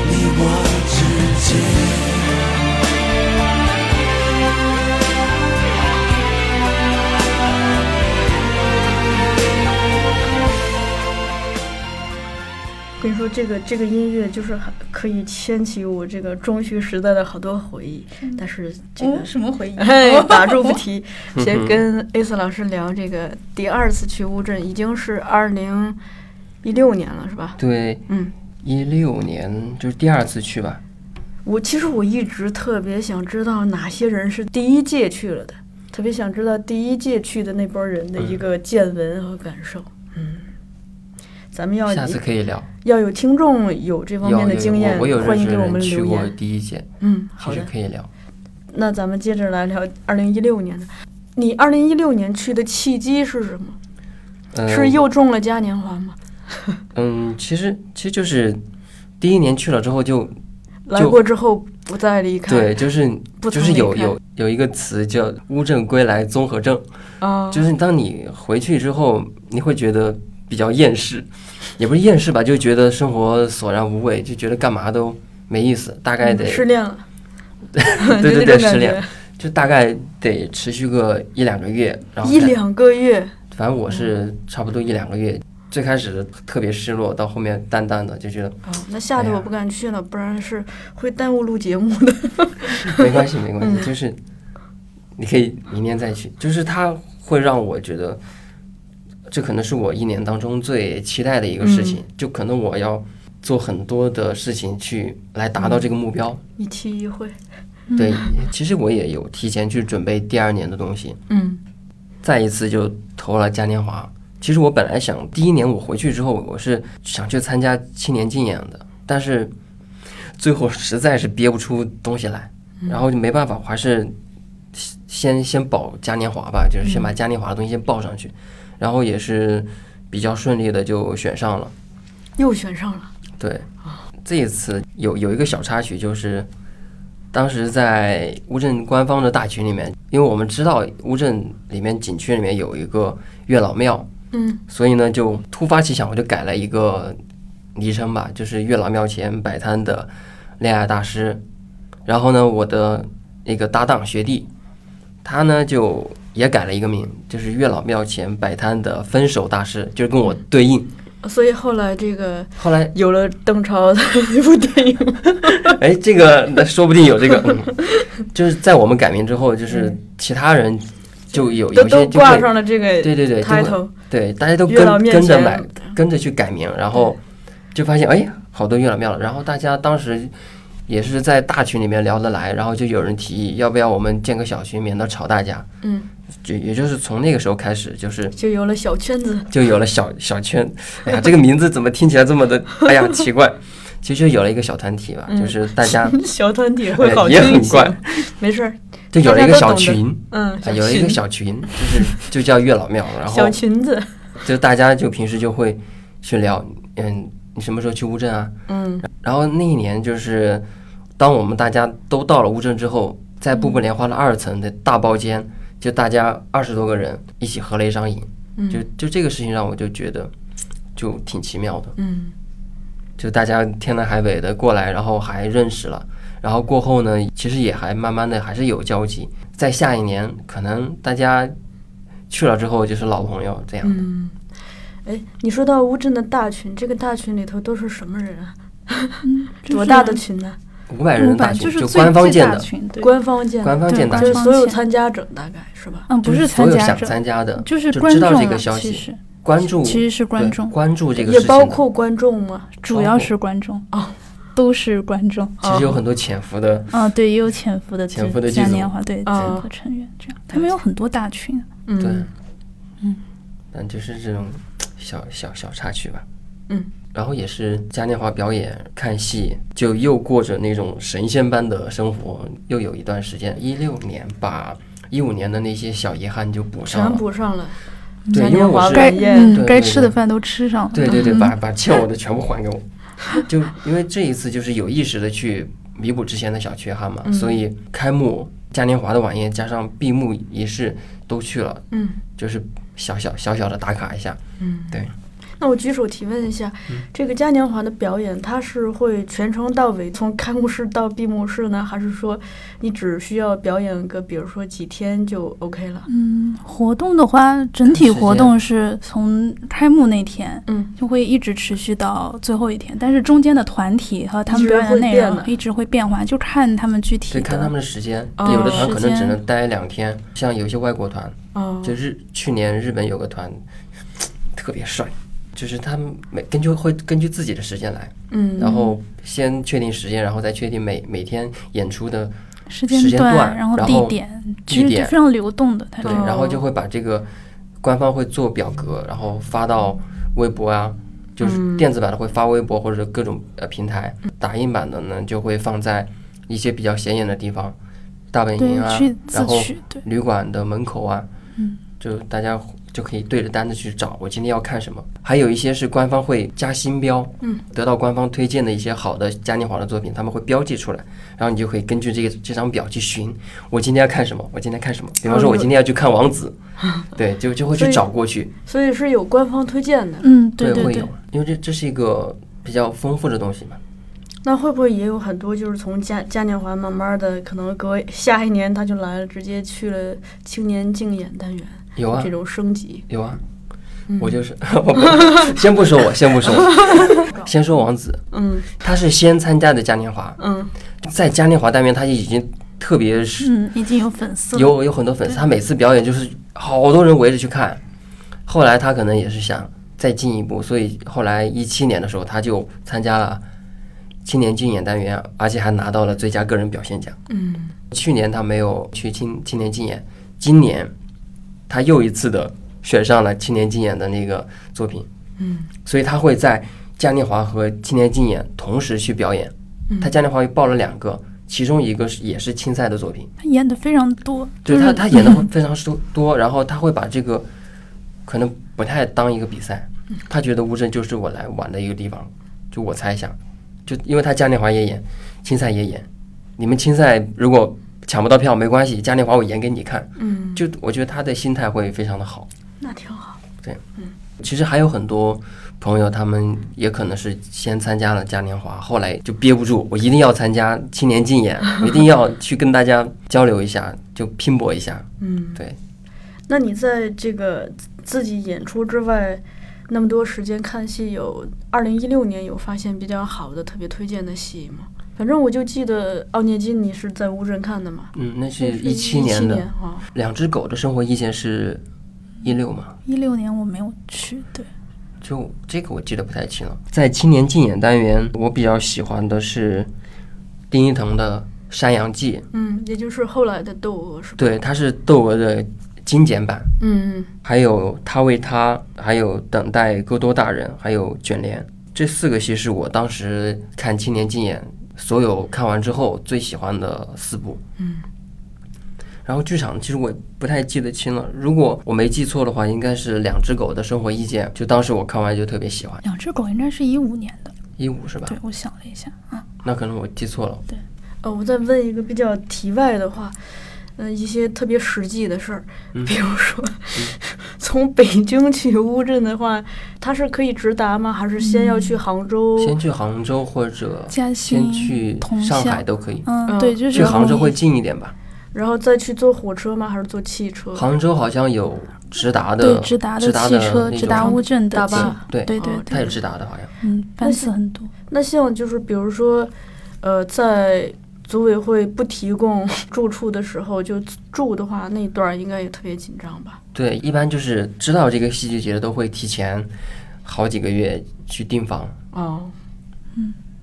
S5: 你我之间。
S2: 跟你说，这个这个音乐就是很可以牵起我这个中学时代的好多回忆，但是这 <laughs> 个。
S4: 什么回忆
S2: 哎，打住不提。先
S3: <laughs> 嗯哼
S2: 跟 A 四老师聊这个第二次去乌镇，已经是二零一六年了，是吧？
S3: 对，
S2: 嗯，
S3: 一六年就是第二次去吧，
S2: 我其实我一直特别想知道哪些人是第一届去了的，特别想知道第一届去的那波人的
S3: 嗯
S2: 一个见闻和感受。嗯，咱们要
S4: 哦
S3: 下次可以聊，
S2: 要有听众有这方
S3: 有
S2: 面的
S3: 有
S2: 经
S3: 我
S2: 验，
S3: 我有认
S2: 欢迎
S3: 识
S2: 给我们
S3: 人去
S2: 留
S3: 过
S2: 言。
S3: 第一届，
S2: 嗯，好
S3: 其
S2: 的
S3: 实。可以聊，
S2: 那咱们接着来聊二零一六年的。你二零一六年去的契机是什么？
S3: 嗯，
S2: 是又中了嘉年华吗？
S3: 嗯，其实其实就是第一年去了之后就
S2: 来过之后不再离开。
S3: 对，就是
S2: 不
S3: 就
S2: 曾
S3: 是
S2: 离
S3: 有
S2: 开
S3: 有有一个词叫“乌镇归来综合症”，
S2: 啊，
S3: 就是当你回去之后，你会觉得比较厌世，也不是厌世吧，就觉得生活索然无味，就觉得干嘛都没意思，大概
S2: 嗯
S3: 得、
S2: 失恋了。
S3: <laughs> 对
S2: 就那种
S3: 对对，失
S2: 感
S3: 恋
S2: 觉，
S3: 就大概得持续个一两个月，然后
S2: 一
S3: 再
S2: 两个月，
S3: 反正我是差不多一两个月，最开始特别失落，到后面淡淡的就觉得 <laughs>
S2: 哦，那吓得
S3: 哎呀
S2: 我不敢去了，不然是会耽误录节目的。
S3: 没关系，没关
S2: 嗯
S3: 系，就是你可以明年再去。就是它会让我觉得，这可能是我一年当中最期待的一个事情，就可能我要做很多的事情去来达到这个目标。
S2: 一期一会，
S4: 嗯
S3: 对，其实我也有提前去准备第二年的东西，
S2: 嗯
S3: 再一次就投了嘉年华。其实我本来想，第一年我回去之后，我是想去参加青年竞演的，但是最后实在是憋不出东西来，然后就没办法，我还是先先保嘉年华吧，就是先把嘉年华的东西先报上去，然后也是比较顺利的就选上了。
S2: 又选上了。
S3: 对，这一次有有一个小插曲，就是当时在乌镇官方的大群里面，因为我们知道乌镇里面景区里面有一个月老庙，
S2: 嗯
S3: 所以呢就突发奇想，我就改了一个昵称吧，就是月老庙前摆摊的恋爱大师。然后呢，我的一个搭档学弟，他呢就也改了一个名，就是月老庙前摆摊的分手大师，就是跟我对应。
S2: 所以后来这个
S3: 后来
S2: <laughs> 有了邓超的 <laughs> 那部电影，
S3: 哎，这个
S2: <laughs>
S3: 那说不定有这个，嗯就是在我们改名之后，就是其他人就有
S2: 嗯都
S3: 有些
S2: 都
S3: 就
S2: 挂
S3: 会
S2: 上了这个
S3: 对对对，就会
S2: title，
S3: 对大家都
S2: 月
S3: 跟
S2: 老面
S3: 跟着
S2: 前
S3: 买，跟着去改名，然后就发现哎，好多月老庙了。然后大家当时也是在大群里面聊得来，然后就有人提议要不要我们建个小群，免得吵大家。
S2: 嗯，
S3: 就也就是从那个时候开始，就是
S2: 就有了小圈子。
S3: 就有了小小圈。哎呀，这个名字怎么听起来这么的？哎呀，奇
S2: <laughs>
S3: 怪。其实有了一个小团体吧，
S2: 嗯
S3: 就是大家
S2: 小团体
S3: 哎
S2: 会好
S3: 也
S2: 听一
S3: 很
S2: 些
S3: 怪，，
S2: 没事儿，
S3: 就有了一
S2: 大
S3: 个
S2: 家都
S3: 小
S2: 懂得
S3: 群，
S2: 嗯，
S3: 啊，有了一个
S2: 群
S3: 小群，就是就叫月老庙，然后
S2: 小裙子，
S3: 就大家就平时就会去聊，嗯，你什么时候去乌镇啊？
S2: 嗯
S3: 然后那一年就是，当我们大家都到了乌镇之后，在步步莲花的二层的大包间，就大家二十多个人一起合了一张影，
S2: 嗯
S3: 就就这个事情让我就觉得就挺奇妙的，
S2: 嗯
S3: 就大家天南海北的过来，然后还认识了。然后过后呢，其实也还慢慢的还是有交集。在下一年，可能大家去了之后就是老朋友这样。
S2: 嗯。哎，你说到乌镇的大群，这个大群里头都是什么人啊？多大的群呢？
S3: 五百人的
S4: 五百
S3: 大群，
S4: 是最
S3: 官方
S4: 最
S3: 建
S4: 大
S3: 的，
S4: 群，对，
S2: 官方建的，
S3: 官方建的
S4: 对
S2: 就
S3: 群
S2: 是
S4: 官方
S2: 所有
S4: 建
S2: 参加者大概是吧？
S4: 嗯，不
S3: 就是所
S4: 参
S3: 有
S4: 加
S3: 想
S4: 者，
S3: 参加的，
S4: 就是
S3: 就
S4: 观
S3: 知
S4: 众
S3: 道
S4: 啊，
S3: 这个消
S4: 其
S3: 息，
S4: 实
S3: 关注
S4: 其实是观
S3: 对
S4: 众，
S3: 关注这个
S2: 也
S3: 事
S2: 包
S3: 情的。
S2: 括观众吗？
S3: 包
S4: 主要
S3: 括
S4: 是观众
S2: 哦，
S4: 都是观众。
S3: 其实有很多潜伏的，
S4: 啊，对，也有潜伏的
S3: 潜伏的剧
S4: 嘉
S3: 组
S4: 年华，对，
S2: 啊
S4: 潜伏成员这样，他们有很多大群，
S3: 对
S2: 嗯，，
S4: 嗯，
S3: 但就是这种小小小插曲吧，
S2: 嗯。
S3: 然后也是嘉年华表演、看戏，就又过着那种神仙般的生活，又有一段时间。一六年吧，一五年的那些小遗憾就补上
S2: 全
S3: 了。
S2: 补上了。
S3: 对，
S2: 嘉
S3: 因为
S2: 年
S3: 我
S2: 华
S3: 是
S2: 表
S4: 该
S2: 演
S3: 对
S4: 嗯该
S3: 对
S4: 吃的
S3: 对
S4: 饭都吃上了，
S3: 对对对，
S4: 嗯
S3: 把把欠我的全部还给我。就因为这一次就是有意识的去弥补之前的小缺憾嘛，
S4: 嗯
S3: 所以开幕嘉年华的晚宴加上闭幕仪式都去了，
S2: 嗯，
S3: 就是小小小小的打卡一下。
S2: 那我举手提问一下，这个嘉年华的表演，它是会全程到尾，从开幕式到闭幕式呢，还是说你只需要表演个，比如说几天就 OK 了？
S4: 嗯，活动的话，整体活动是从开幕那天，
S2: 嗯，
S4: 就会一直持续到最后一天，但是中间的团体和他
S2: 一
S4: 们
S2: 直
S4: 表演的
S2: 会
S4: 内
S2: 变
S4: 容
S2: 的
S4: 一直会变化，就看他们具体
S3: 对，看他
S4: 的
S3: 们。的时间，
S2: 哦
S3: 有的团可
S4: 时
S3: 能
S4: 间
S3: 只能待两天，像有一些外国团，
S2: 哦，
S3: 就日去年日本有个团特别帅，就是他们每根据会根据自己的时间来，
S2: 嗯，
S3: 然后先确定时间，然后再确定每每天演出的时
S4: 时间
S3: 间段
S4: 然后
S3: 然后
S4: 地点，
S3: 地
S4: 其实
S3: 点
S4: 非常流动的。它
S3: 对，
S4: 这个
S3: 然后就会把这个官方会做表格，然后发到微博啊，
S4: 嗯
S3: 就是电子版的会发微博或者各种呃平台，打印版的呢就会放在一些比较显眼的地方，大本营啊
S4: 对，去自
S3: 然后
S4: 取，对，
S3: 旅馆的门口啊，
S4: 嗯，
S3: 就大家就可以对着单子去找我今天要看什么。还有一些是官方会加星标，
S2: 嗯，
S3: 得到官方推荐的一些好的嘉年华的作品，他们会标记出来，然后你就可以根据这个这张表去寻我今天要看什么，我今天看什么。比方说，我今天要去看王子，对，就就会
S2: 所
S3: 去
S2: 以
S3: 找过去，
S2: 所以是有官方推荐的，
S4: 嗯，对
S3: 会
S4: 对
S3: 有，，因为这这是一个比较丰富的东西嘛。
S2: 那会不会也有很多就是从嘉嘉年华慢慢的，可能隔下一年他就来了，直接去了青年竞演单元、
S3: 有啊
S2: 这，种升级？
S3: 有啊，我就是 <laughs> 我不，先不说我，先不说我，先说王子，
S2: 嗯
S3: 他是先参加的嘉年华，
S2: 嗯
S3: 在嘉年华单元，他已经特别是
S4: 嗯，已经有粉丝了，
S3: 有有很多粉丝，他每次表演就是好多人围着去看。后来他可能也是想再进一步，所以后来一七年的时候，他就参加了青年竞演单元，而且还拿到了最佳个人表现奖。
S2: 嗯，
S3: 去年他没有去青青年竞演，今年他又一次的选上了青年竞演的那个作品，
S2: 嗯，
S3: 所以他会在嘉年华和青年竞演同时去表演。
S2: 嗯
S3: 他嘉年华又报了两个，其中一个是也是青赛的作品，
S4: 他演的非常多，
S3: 对
S4: 就
S3: 他
S4: 是
S3: 他演
S4: <laughs>
S3: 的会非常多多，然后他会把这个可能不太当一个比赛，
S4: 嗯
S3: 他觉得乌镇就是我来玩的一个地方，就我猜想，就因为他嘉年华也演，青赛也演，你们青赛如果抢不到票没关系，嘉年华我演给你看。
S2: 嗯，
S3: 就我觉得他的心态会非常的好。
S2: 那挺好。
S3: 其实还有很多朋友，他们也可能是先参加了嘉年华，后来就憋不住，我一定要参加青年竞演，我一定要去跟大家交流一下，就拼搏一下。
S2: 嗯，
S3: 对。
S2: 那你在这个自己演出之外，那么多时间看戏有，二零一六年有发现比较好的、特别推荐的戏吗？反正我就记得《奥涅金》，你是在乌镇看的嘛？
S3: 嗯，那是
S2: 这
S3: 一
S2: 七
S3: 七年的《
S2: 年啊，
S3: 两只狗的生活意见》是一六嘛？
S4: 一六年我没有去，对，
S3: 就这个我记得不太清了。在青年竞演单元，我比较喜欢的是丁一腾的《山羊记》，
S2: 嗯，也就是后来的《窦娥》是吧？
S3: 对，它是窦娥的精简版。
S2: 嗯嗯
S3: 还有他为他，还有等待戈多大人，还有卷帘，这四个戏是我当时看青年竞演所有看完之后最喜欢的四部。
S2: 嗯。
S3: 然后剧场其实我不太记得清了，如果我没记错的话，应该是《两只狗的生活意见》，就当时我看完就特别喜欢
S4: 《两只狗》应该是一五年的，
S3: 一五是吧？
S4: 对我想了一下，啊，
S3: 那可能我记错了。
S2: 呃，我再问一个比较题外的话，嗯、一些特别实际的事儿，比如说、从北京去乌镇的话，它是可以直达吗？还是先要去杭州？
S3: 先去杭州或者
S4: 嘉
S3: 先
S4: 兴、
S3: 去
S4: 桐
S3: 上海
S4: 乡，
S3: 都可以，
S4: 嗯
S2: 嗯，
S4: 对，就是
S3: 去杭州
S4: 容易
S3: 会近一点吧。
S2: 然后再去坐火车吗？还是坐汽车？
S3: 杭州好像有直达的，
S4: 对直达
S3: 直
S4: 的
S3: 达
S4: 汽车、
S3: 那
S4: 直
S3: 种
S4: 达乌镇
S2: 大
S4: 的汽，
S2: 巴
S3: 对
S4: 对对
S2: 哦
S3: 它
S4: 对，
S3: 也直达的，好像。
S4: 嗯，班
S2: 那
S4: 次很多，
S2: 那像就是比如说，呃，在组委会不提供住处的时候，就住的话，那一段儿应该也特别紧张吧？
S3: 对，一般就是知道这个戏剧节都会提前好几个月去订房，
S2: 哦，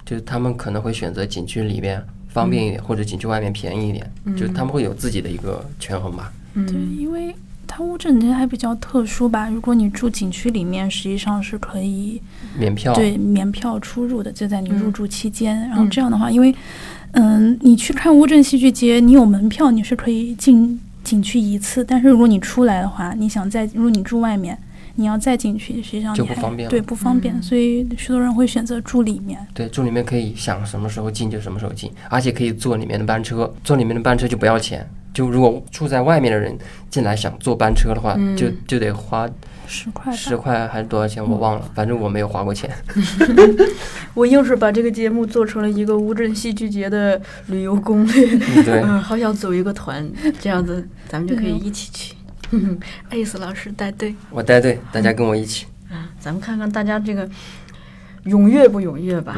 S3: 就是他们可能会选择景区里边方便一点，或者景区外面便宜一点，就他们会有自己的一个权衡吧。
S4: 对，
S2: 嗯，
S4: 因为它乌镇其实还比较特殊吧，如果你住景区里面，实际上是可以
S3: 免票，
S4: 对免票出入的，就在你入
S2: 嗯
S4: 住期间。然后
S2: 嗯
S4: 这样的话，因为嗯，你去看乌镇戏剧节，你有门票，你是可以进景区一次，但是如果你出来的话，你想再如果你住外面。你要再进去，实际上
S3: 就
S4: 你
S3: 不
S4: 还
S3: 方便
S4: 对
S3: 了
S4: 不方便，
S2: 嗯
S4: 所以许多人会选择住里面。
S3: 对住里面可以想什么时候进就什么时候进，而且可以坐里面的班车，坐里面的班车就不要钱。就如果住在外面的人进来想坐班车的话，
S2: 嗯
S3: 就就得花
S4: 十块吧，
S3: 十块还是多少钱我忘了，反正我没有花过钱。
S2: 我硬是把这个节目做成了一个乌镇戏剧节的旅游攻略。
S3: 对，
S2: <laughs> 嗯，好想组一个团，这样子咱们就可以一起去。 <laughs> 嗯，艾斯老师带队，
S3: 我带队，大家跟我一起。
S2: 咱们看看大家这个踊跃不踊跃吧。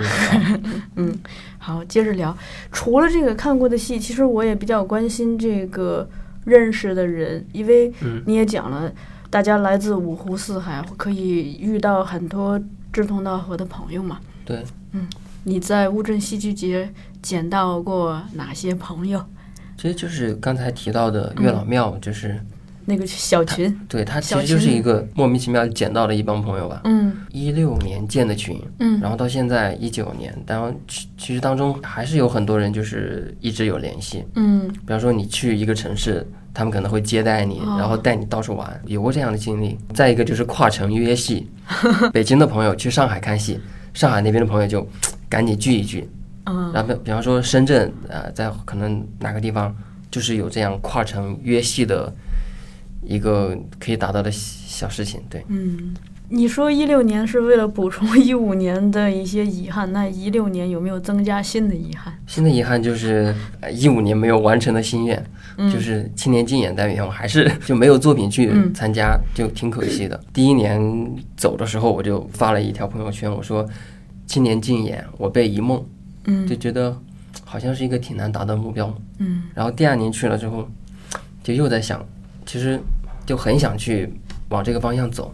S2: <laughs> 嗯，好，接着聊。除了这个看过的戏，其实我也比较关心这个认识的人，因为
S3: 嗯
S2: 你也讲了，大家来自五湖四海，可以遇到很多志同道合的朋友嘛。
S3: 对，
S2: 嗯，你在乌镇戏剧节捡到过哪些朋友？
S3: 其实就是刚才提到的月老庙，就是
S2: 那个小群，
S3: 对他其
S2: 嗯小
S3: 实就是
S2: 群
S3: 一个莫名其妙捡到的一帮朋友吧。
S2: 嗯。
S3: 一六年建的群，
S2: 嗯
S3: 然后到现在一九年，然后其其实当中还是有很多人就是一直有联系。
S2: 嗯
S3: 比方说你去一个城市，他们可能会接待你，
S2: 哦
S3: 然后带你到处玩，有过这样的经历。再一个就是跨城约戏， <laughs> 北京的朋友去上海看戏，上海那边的朋友就赶紧聚一聚，
S2: 啊，
S3: 然后比方说深圳，呃，在可能哪个地方，就是有这样跨城约戏的一个可以达到的小事情，对，
S2: 嗯，你说一六年是为了补充 <laughs> 一五年的一些遗憾，那一六年有没有增加新的遗憾？
S3: 新的遗憾就是，呃，一五年没有完成的心愿，
S2: 嗯
S3: 就是青年竞演单元，我还是 <laughs> 就没有作品去
S2: 嗯
S3: 参加，就挺可惜的。第一年走的时候，我就发了一条朋友圈，我说青年竞演，我被一梦，
S2: 嗯
S3: 就觉得好像是一个挺难达到的目标。
S2: 嗯
S3: 然后第二年去了之后，就又在想，其实就很想去往这个方向走，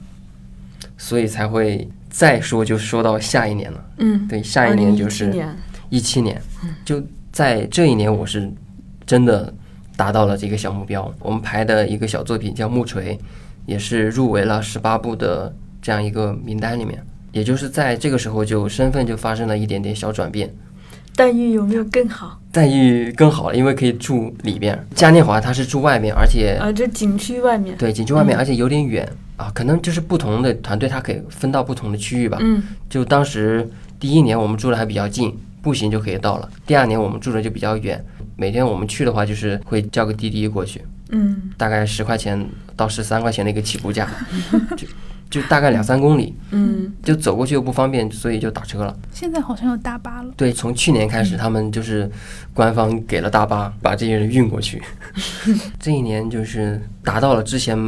S3: 所以才会再说就说到下一年了。
S2: 嗯，
S3: 对，下一年就
S2: 2017
S3: 是
S2: 年
S3: 一七年，就在这一年，我是真的达到了这个小目标。我们排的一个小作品叫《木锤》，也是入围了十八部的这样一个名单里面。也就是在这个时候，就身份就发生了一点点小转变，
S2: 待遇有没有更好？
S3: 待遇更好了，因为可以住里边。嘉年华它是住外面，而且
S2: 啊，这景区外面，
S3: 对，景区外面，而且有点远啊，可能就是不同的团队，它可以分到不同的区域吧。
S2: 嗯
S3: 就当时第一年我们住的还比较近，步行就可以到了。第二年我们住的就比较远，每天我们去的话就是会叫个滴滴过去，
S2: 嗯
S3: 大概十块钱到十三块钱的一个起步价，就就大概两三公里，
S2: 嗯
S3: 就走过去又不方便，所以就打车了。
S4: 现在好像有大巴了，
S3: 对，从去年开始，他们就是官方给了大巴，把这些人运过去。这一年就是达到了之前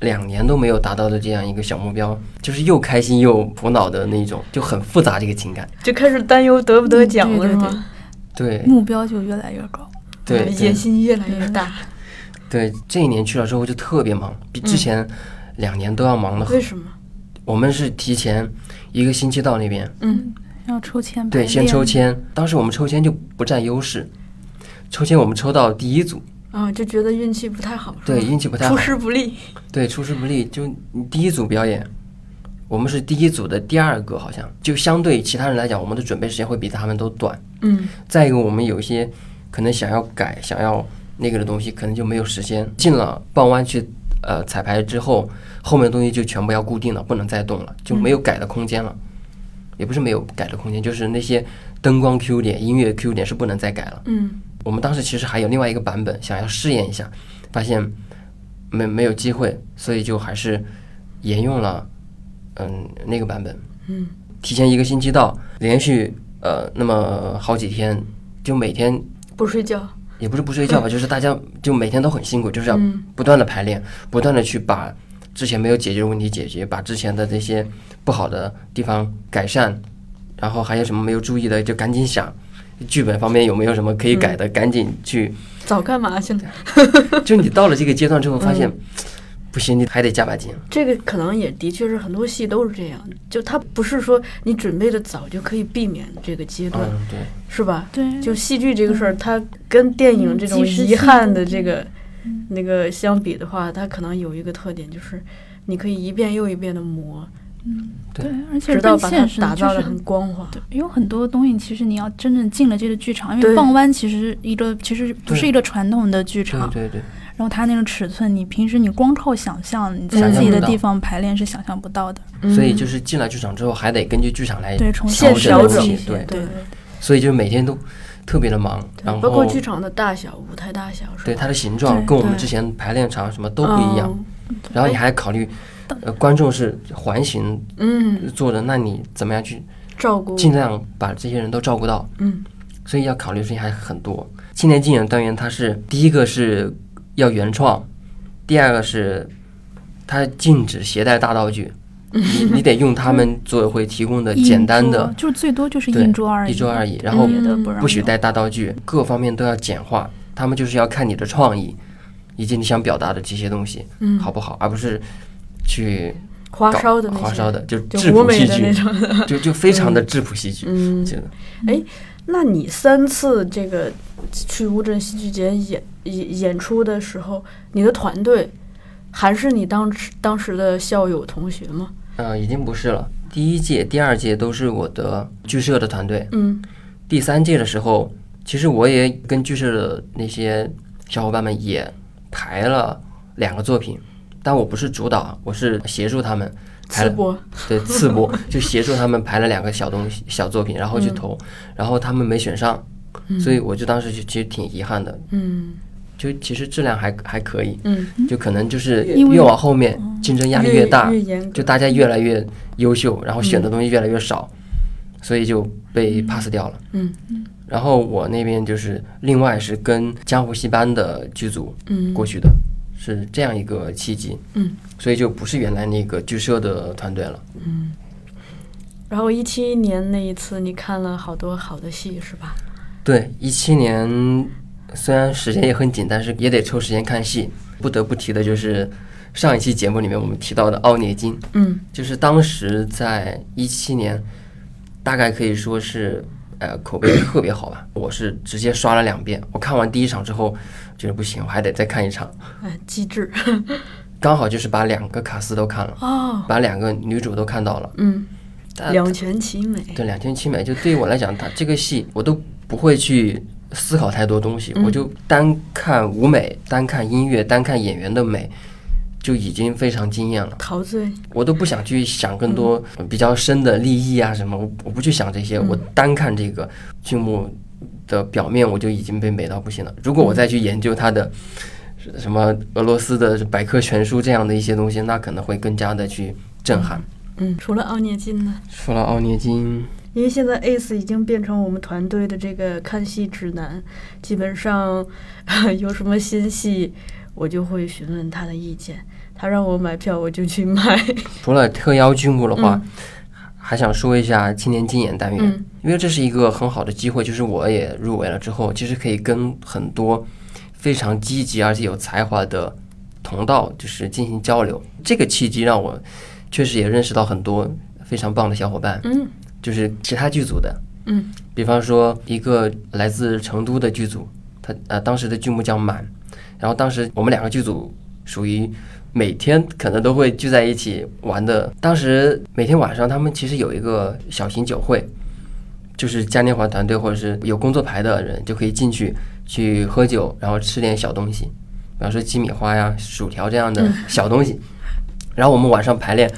S3: 两年都没有达到的这样一个小目标，就是又开心又苦恼的那种，就很复杂这个情感。
S2: 就开始担忧得不得奖了，
S4: 嗯对
S2: 是
S4: 对
S2: 吗？哎
S3: 对
S4: 目标就越来越高。
S3: 对
S2: 野
S3: 对
S2: 心越来越大，
S3: 对，这一年去了之后就特别忙，比之前两年都要忙的。
S2: 嗯为什么？
S3: 我们是提前一个星期到那边，
S2: 嗯
S4: 要抽签，
S3: 对，
S4: 排
S2: 啊
S3: 先
S4: 练
S3: 抽。签。当时我们抽签就不占优势，抽签我们抽到第一组，
S2: 啊，就觉得运气不太好，是
S3: 对，
S2: 吗
S3: 运气不太好
S2: 出，师不利，
S3: 对，出师不利。就你第一组表演，我们是第一组的第二个，好像就相对其他人来讲，我们的准备时间会比他们都短。
S2: 嗯
S3: 再一个，我们有一些可能想要改、想要那个的东西，可能就没有时间。进了傍晚去呃彩排之后，后面的东西就全部要固定了，不能再动了，就没有改的空间了。也不是没有改的空间，就是那些灯光 Q 点、音乐 Q 点是不能再改了。
S2: 嗯
S3: 我们当时其实还有另外一个版本，想要试验一下，发现没没有机会，所以就还是沿用了嗯那个版本，
S2: 嗯，
S3: 提前一个星期到，连续呃那么好几天，就每天
S2: 不睡觉，
S3: 也不是不睡觉吧，就是大家就每天都很辛苦，就是要
S2: 嗯
S3: 不断的排练，不断的去把之前没有解决的问题解决，把之前的这些不好的地方改善，然后还有什么没有注意的就赶紧想，剧本方面有没有什么可以改的，
S2: 嗯
S3: 赶紧去。
S2: 早干嘛去了？
S3: 就你到了这个阶段之后，发现、不行，你还得加把劲。
S2: 这个可能也的确是很多戏都是这样，就它不是说你准备的早就可以避免这个阶段，
S3: 嗯，对，
S2: 是吧？
S4: 对，
S2: 就戏剧这个事儿，它跟电影这种
S4: 嗯嗯及时
S2: 遗
S4: 性
S2: 憾的这个、
S4: 嗯
S2: 那个相比的话，它可能有一个特点，就是你可以一遍又一遍的磨，
S4: 对，而且
S2: 直到
S4: 更
S2: 把它
S4: 现实，
S2: 打
S4: 就
S2: 造
S4: 是
S2: 的很光滑。
S4: 对，有很多东西，其实你要真正进了这个剧场，因
S2: 对
S4: 为傍湾其实一个其实不是
S3: 对
S4: 一个传统的剧
S3: 对
S4: 场，
S3: 对对，
S4: 然后它那个尺寸，你平时你光靠想象，你在
S3: 想
S4: 自
S3: 象
S4: 己
S3: 不
S4: 的
S3: 到
S4: 地方排练是想象不到的。
S3: 所以就是进了剧场之后，还得根据剧场来
S4: 对，重
S2: 现
S4: 新
S2: 实调
S3: 整
S2: 整
S3: 一
S4: 一
S3: 些
S4: 些，
S3: 对，
S4: 对
S2: 对
S3: 所以就是每天都特别的忙，然后
S2: 包括剧场的大小、舞台大小，是吧哦
S3: 对它的形状
S4: 对
S3: 跟我们
S2: 对
S3: 之前排练场什么都不一样，。然后你还考虑。呃，观众是环形
S2: 嗯，嗯
S3: 坐的，那你怎么样去
S2: 照顾，
S3: 尽量把这些人都照顾到？
S2: 嗯
S3: 所以要考虑的事情还很多。青年竞演单元，它是第一个是要原创，第二个是它禁止携带大
S2: <laughs>
S3: 道具，你你得用他们组委会提供的
S4: 硬
S3: 简单的
S4: 桌就是最多就是
S3: 对
S4: 硬桌而已，
S3: 一桌而已，
S2: 嗯
S3: 然后
S4: 别的不让
S3: 不许
S4: 用
S3: 带大道具，各方面都要简化。他们就是要看你的创意，以及你想表达的这些东西
S2: 嗯，
S3: 好不好，而不是去
S2: 花
S3: 搞
S2: 哨的那些，
S3: 花哨的，就
S2: 就
S3: 质
S2: 舞
S3: 朴
S2: 美
S3: 戏
S2: 的那
S3: 剧，
S2: 种的。
S3: 就就
S2: <laughs>
S3: 非常的质朴戏剧。
S2: 嗯，
S3: 这个
S2: 那你三次这个去乌镇戏剧节演演演出的时候，你的团队还是你当时当时的校友同学吗？
S3: 嗯，已经不是了。第一届、第二届都是我的剧社的团队。
S2: 嗯
S3: 第三届的时候，其实我也跟剧社的那些小伙伴们也排了两个作品，但我不是主导，我是协助他们排
S2: 淄
S3: 了，
S2: 博，
S3: 对，
S2: <laughs>
S3: 次播就协助他们排了两个小东西、小作品，然后去
S2: 嗯
S3: 投，然后他们没选上，所以我就当时就其实挺遗憾的，
S2: 嗯
S3: 就其实质量还还可以，
S2: 嗯，
S3: 就可能就是
S4: 因为
S3: 越往后面竞争压力
S2: 越
S3: 大，
S2: 越严格
S3: 就大家越来
S2: 嗯
S3: 越优秀，然后选的东西越来越少，所以就被 pass 掉了。
S2: 嗯
S3: 然后我那边就是另外是跟江湖戏班的剧组
S2: 嗯
S3: 过去的，是这样一个契机，
S2: 嗯，
S3: 所以就不是原来那个剧社的团队了。
S2: 然后一七年那一次，你看了好多好的戏是吧？
S3: 对，一七年虽然时间也很紧，但是也得抽时间看戏。不得不提的就是上一期节目里面我们提到的《奥涅金》，
S2: 嗯
S3: 就是当时在一七年，大概可以说是呃口碑特别好吧。我是直接刷了两遍，我看完第一场之后觉得不行，我还得再看一场，
S2: 哎，机智
S3: 刚好就是把两个卡司都看了，
S2: 哦，
S3: 把两个女主都看到了。
S2: 嗯，
S3: 但
S2: 两全其美，
S3: 对两全其美，就对于我来讲，它这个戏我都不会去思嗯考太多东西，我就单看舞美，单看音乐，单看演员的美。就已经非常惊艳了。
S2: 陶醉，
S3: 我都不想去想更多呃比较深的利益啊什么，我我不去想这些，我单看这个剧目的表面，我就已经被美到不行了。如果我再去研究它的是什么俄罗斯的百科全书这样的一些东西，那可能会更加的去震撼。
S2: 嗯，除了奥涅金呢？
S3: 除了奥涅金，
S2: 因为现在 Ace 已经变成我们团队的这个看戏指南，基本上 <laughs> 有什么新戏，我就会询问他的意见。他让我买票，我就去买。
S3: 除了特邀剧目的话，还想说一下青年竞演单元，
S2: 嗯
S3: 因为这是一个很好的机会，就是我也入围了之后，其实可以跟很多非常积极而且有才华的同道就是进行交流。这个契机让我确实也认识到很多非常棒的小伙伴，
S2: 嗯
S3: 就是其他剧组的，
S2: 嗯
S3: 比方说一个来自成都的剧组，他呃当时的剧目叫《满》，然后当时我们两个剧组属于每天可能都会聚在一起玩的。当时每天晚上他们其实有一个小型酒会，就是嘉年华团队或者是有工作牌的人就可以进去去喝酒，然后吃点小东西，比方说鸡米花呀、薯条这样的小东西。 <laughs> 然后我们晚上排练，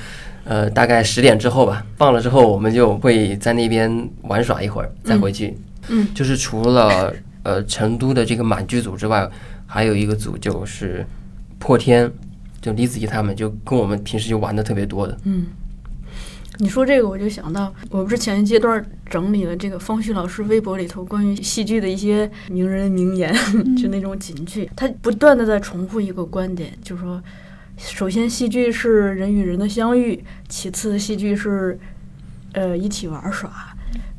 S3: 呃，大概十点之后吧，放了之后我们就会在那边玩耍一会儿，再回去。
S2: 嗯，
S3: 就是除了呃成都的这个满剧组之外，还有一个组就是破天，就李子怡他们，就跟我们平时就玩的特别
S2: <laughs>
S3: 多的。
S2: 嗯。你说这个，我就想到，我不是前一阶段整理了这个方旭老师微博里头关于戏剧的一些名人名言， <laughs> 就那种警句，他不断的在重复一个观点，就是说，首先戏剧是人与人的相遇，其次戏剧是，呃，一起玩儿耍。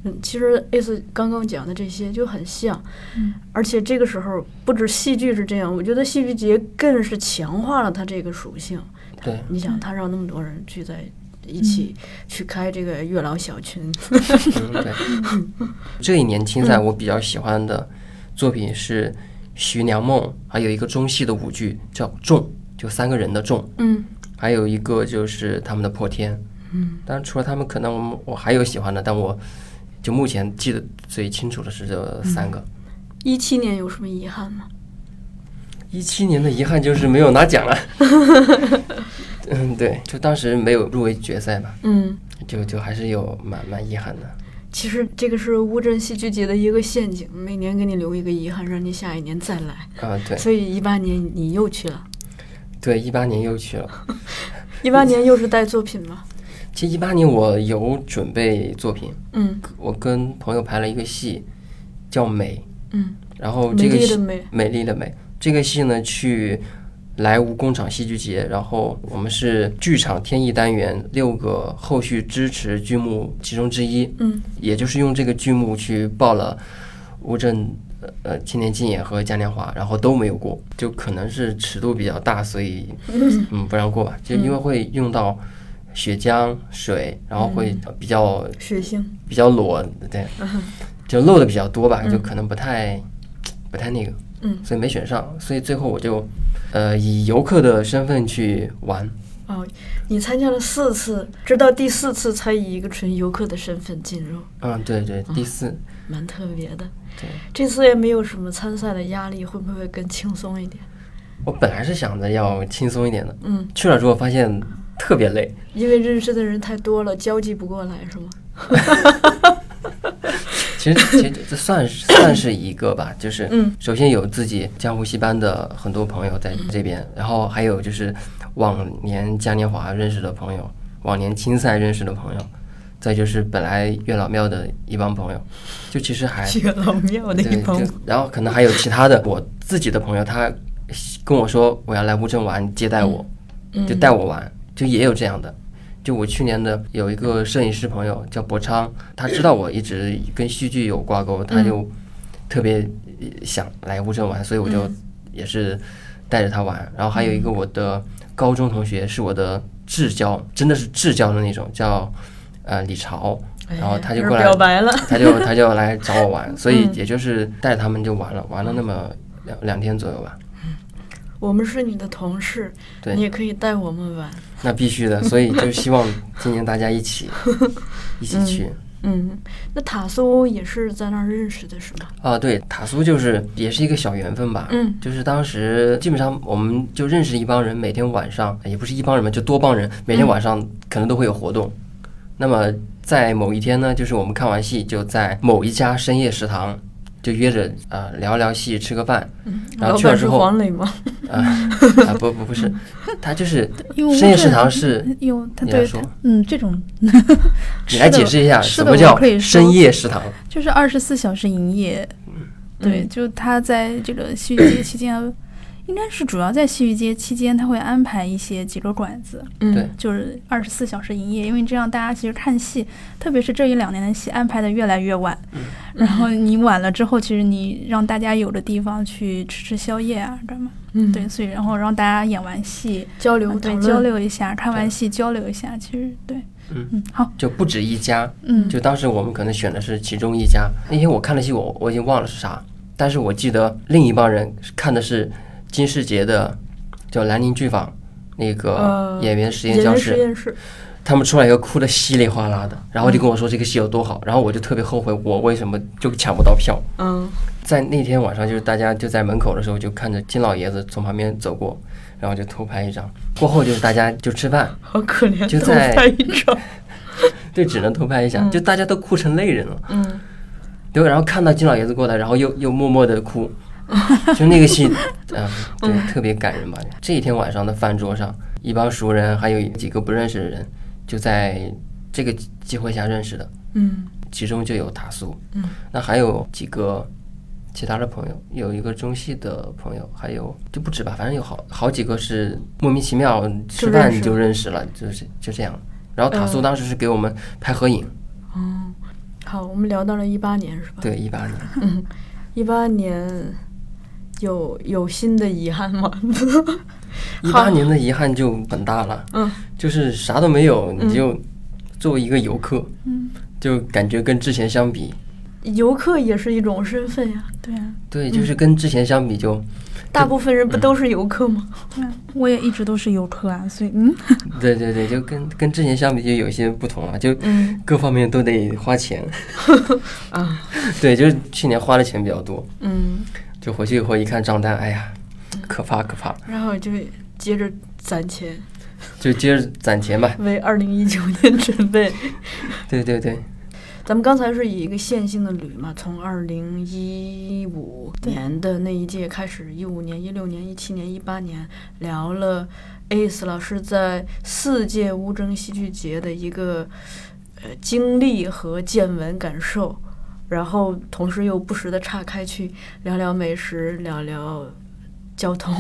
S2: 嗯，其实 S 刚刚讲的这些就很像，
S4: 嗯
S2: 而且这个时候不止戏剧是这样，我觉得戏剧节更是强化了它这个属性。
S3: 对，
S2: 你想，他让那么多人聚在
S4: 嗯
S2: 一起去开这个月老小群，
S3: 嗯对。这一年青赛我比较喜欢的作品是《徐娘梦》，还有一个中戏的舞剧叫《众》，就三个人的《众》。
S2: 嗯
S3: 还有一个就是他们的破天，
S2: 嗯，
S3: 当然除了他们，可能我们我还有喜欢的，但我就目前记得最清楚的是这三个。
S2: 一七年有什么遗憾吗？
S3: 一七年的遗憾就是没有拿奖了，嗯，对，就当时没有入围决赛吧，
S2: 嗯，
S3: 就就还是有蛮蛮遗憾的。
S2: 其实这个是乌镇戏剧节的一个陷阱，每年给你留一个遗憾，让你下一年再来。
S3: 啊、对
S2: 所以一八年你又去了，
S3: 对，一八年又去了。
S2: 一八年又是带作品吗？
S3: 其实一八年我有准备作品，
S2: 嗯
S3: 我跟朋友排了一个戏，叫《美》，
S2: 嗯，
S3: 然后
S2: 美
S3: 这个
S2: 丽
S3: 戏
S2: 的美，
S3: 美丽的美。这个戏呢，去莱芜工厂戏剧节，然后我们是剧场天意单元六个后续支持剧目其中之一，
S2: 嗯
S3: 也就是用这个剧目去报了乌镇呃呃青年竞演和嘉年华，然后都没有过，就可能是尺度比较大，所
S2: <laughs>
S3: 以嗯不让过吧，就因为会用到血浆水，然后会
S2: 嗯
S3: 比较
S2: 血腥，
S3: 比较裸，对，
S2: 嗯
S3: 就露的比较多吧，就可能不太不太那个，
S2: 嗯
S3: 所以没选上，所以最后我就呃以游客的身份去玩，
S2: 哦，你参加了四次，直到第四次才以一个纯游客的身份进入，
S3: 嗯，对对，
S2: 哦
S3: 第四，
S2: 蛮特别的。
S3: 对
S2: 这次也没有什么参赛的压力，会不会更轻松一点？
S3: 我本来是想着要轻松一点的，
S2: 嗯，
S3: 去了之后发现特别累，
S2: 因为认识的人太多了，交际不过来是吗？
S3: 其实其实这
S2: <coughs>
S3: 算是算是一个吧，就是
S2: 嗯
S3: 首先有自己江湖戏班的很多朋友在这边，然后还有就是往年嘉年华认识的朋友，往年青赛认识的朋友，再就是本来月老庙的一帮朋友，就其实还
S2: 月老庙的
S3: 对，就然后可能还有其他的我自己的朋友，他跟我说我要来乌镇玩，接待我，
S2: 嗯
S3: 就带我玩，就也有这样的。就我去年的有一个摄影师朋友叫博昌，他知道我一直跟戏剧有挂钩，他就特别想来乌镇玩，所以我就也是带着他玩。然后还有一个我的高中同学是我的至交，真的是至交的那种，叫呃李潮，
S2: 哎
S3: 然后他就过来
S2: 表白了。
S3: 他就他就来找我玩，所以也就是带他们就玩了，玩了那么两两天左右吧。
S2: 我们是你的同事，
S3: 对
S2: 你也可以带我们玩。
S3: 那必须的，所以就希望今年大家一起一起去。
S2: 嗯，那塔苏也是在那儿认识的是吗？
S3: 啊，对，塔苏就是也是一个小缘分吧。
S2: 嗯
S3: 就是当时基本上我们就认识一帮人，每天晚上也不是一帮人吧，就多帮人，每
S4: 嗯
S3: 天晚上可能都会有活动。那么在某一天呢，就是我们看完戏就在某一家深夜食堂就约着啊、呃聊聊戏，吃个饭。
S4: 嗯
S3: 然后
S2: 老
S3: 去了
S2: 板
S3: 之
S2: 是
S3: 后
S2: 黄磊吗？
S4: <laughs>
S3: 啊啊不不不
S4: 嗯
S3: 是，他就是
S4: 因为
S3: 嗯深夜
S4: 乌镇
S3: 食堂是
S4: 有他
S3: 你来
S4: 对
S3: 说
S4: 他嗯这种
S3: 你来
S4: 吃
S3: 解
S4: 的
S3: 释一下
S4: 吃
S3: 什
S4: 的
S3: 么
S4: 我
S3: 叫
S4: 可以说
S3: 深夜食堂？
S4: 就是二十四小时营业。对，
S2: 嗯
S4: 就他在这个戏剧节期间，应该是主要在戏剧节期间，他会安排一些几个馆子，
S2: 嗯，
S3: 对
S4: 就是二十四小时营业，因为这样大家其实看戏，特别是这一两年的戏安排的越来越晚，
S2: 嗯
S4: 然后你晚了之后，其实你让大家有的地方去吃吃宵夜啊，干嘛？
S2: 嗯，
S4: 对，所以然后让大家演完戏，
S2: 交流
S4: 对
S2: 讨
S4: 啊交
S2: 论
S4: 流一下，看
S3: 对
S4: 完戏交流一下，其实对，
S3: 嗯
S4: 嗯，好，
S3: 就不止一家，
S4: 嗯，
S3: 就当时我们可能选的是其中一家。那天我看的戏我我已经忘了是啥，但是我记得另一帮人看的是金世杰的叫《兰陵剧坊》那个
S2: 呃
S3: 演员实验
S2: 人
S3: 教
S2: 类
S3: 室，
S2: 实验室，
S3: 他们出来以后哭得稀里哗啦的，然后就跟我说这个戏有多好，然后我就特别后悔我为什么就抢不到票。
S2: 嗯
S3: 在那天晚上，就是大家就在门口的时候，就看着金老爷子从旁边走过，然后就偷拍一张。过后就是大家就吃饭，
S2: 好可怜，
S3: 就
S2: 偷
S3: 在
S2: 拍一张，
S3: 对，只能偷拍一下，
S2: 嗯
S3: 就大家都哭成泪人了。
S2: 嗯，
S3: 对，然后看到金老爷子过来，然后又又默默的哭，就那个戏，嗯、对，特别感人吧。这一天晚上的饭桌上，一帮熟人，还有几个不认识的人，就在这个机会下认识的，
S2: 嗯
S3: 其中就有塔苏，
S2: 嗯，
S3: 那还有几个其他的朋友，有一个中戏的朋友，还有就不止吧，反正有好好几个是莫名其妙吃饭
S2: 认识
S3: 就认识了，就是就这样。然后塔
S2: 嗯
S3: 苏当时是给我们拍合影，
S2: 嗯，好，我们聊到了一八年是吧？
S3: 对，一八年。
S2: 一八年有有新的遗憾吗？
S3: 一
S2: 好
S3: 八年的遗憾就很大了，
S2: 嗯，
S3: 就是啥都没有，你就作为一个游客，
S4: 嗯，
S3: 就感觉跟之前相比，
S2: 游客也是一种身份呀、
S4: 对啊，
S3: 对，
S2: 嗯
S3: 就是跟之前相比就，
S2: 大部分人不都是游客吗？
S4: 对啊，我也一直都是游客啊，所以嗯，
S3: 对对对，就跟跟之前相比就有些不同了，就
S2: 嗯
S3: 各方面都得花钱，
S2: <laughs>
S3: <laughs>
S2: 啊，
S3: 对，就是去年花的钱比较多，
S2: 嗯，
S3: 就回去以后一看账单，哎呀，可怕可怕，
S2: 然后就接着攒钱，
S3: 就接着攒钱吧，
S2: 为二零一九年准备。
S3: 对对对，
S2: 咱们刚才是以一个线性的捋嘛，从二零一五年的那一届开始，一五年、一六年、一七年、一八年，聊了 ACE 老师在四届乌筝戏剧节的一个呃经历和见闻感受，然后同时又不时的岔开去聊聊美食，聊聊交通，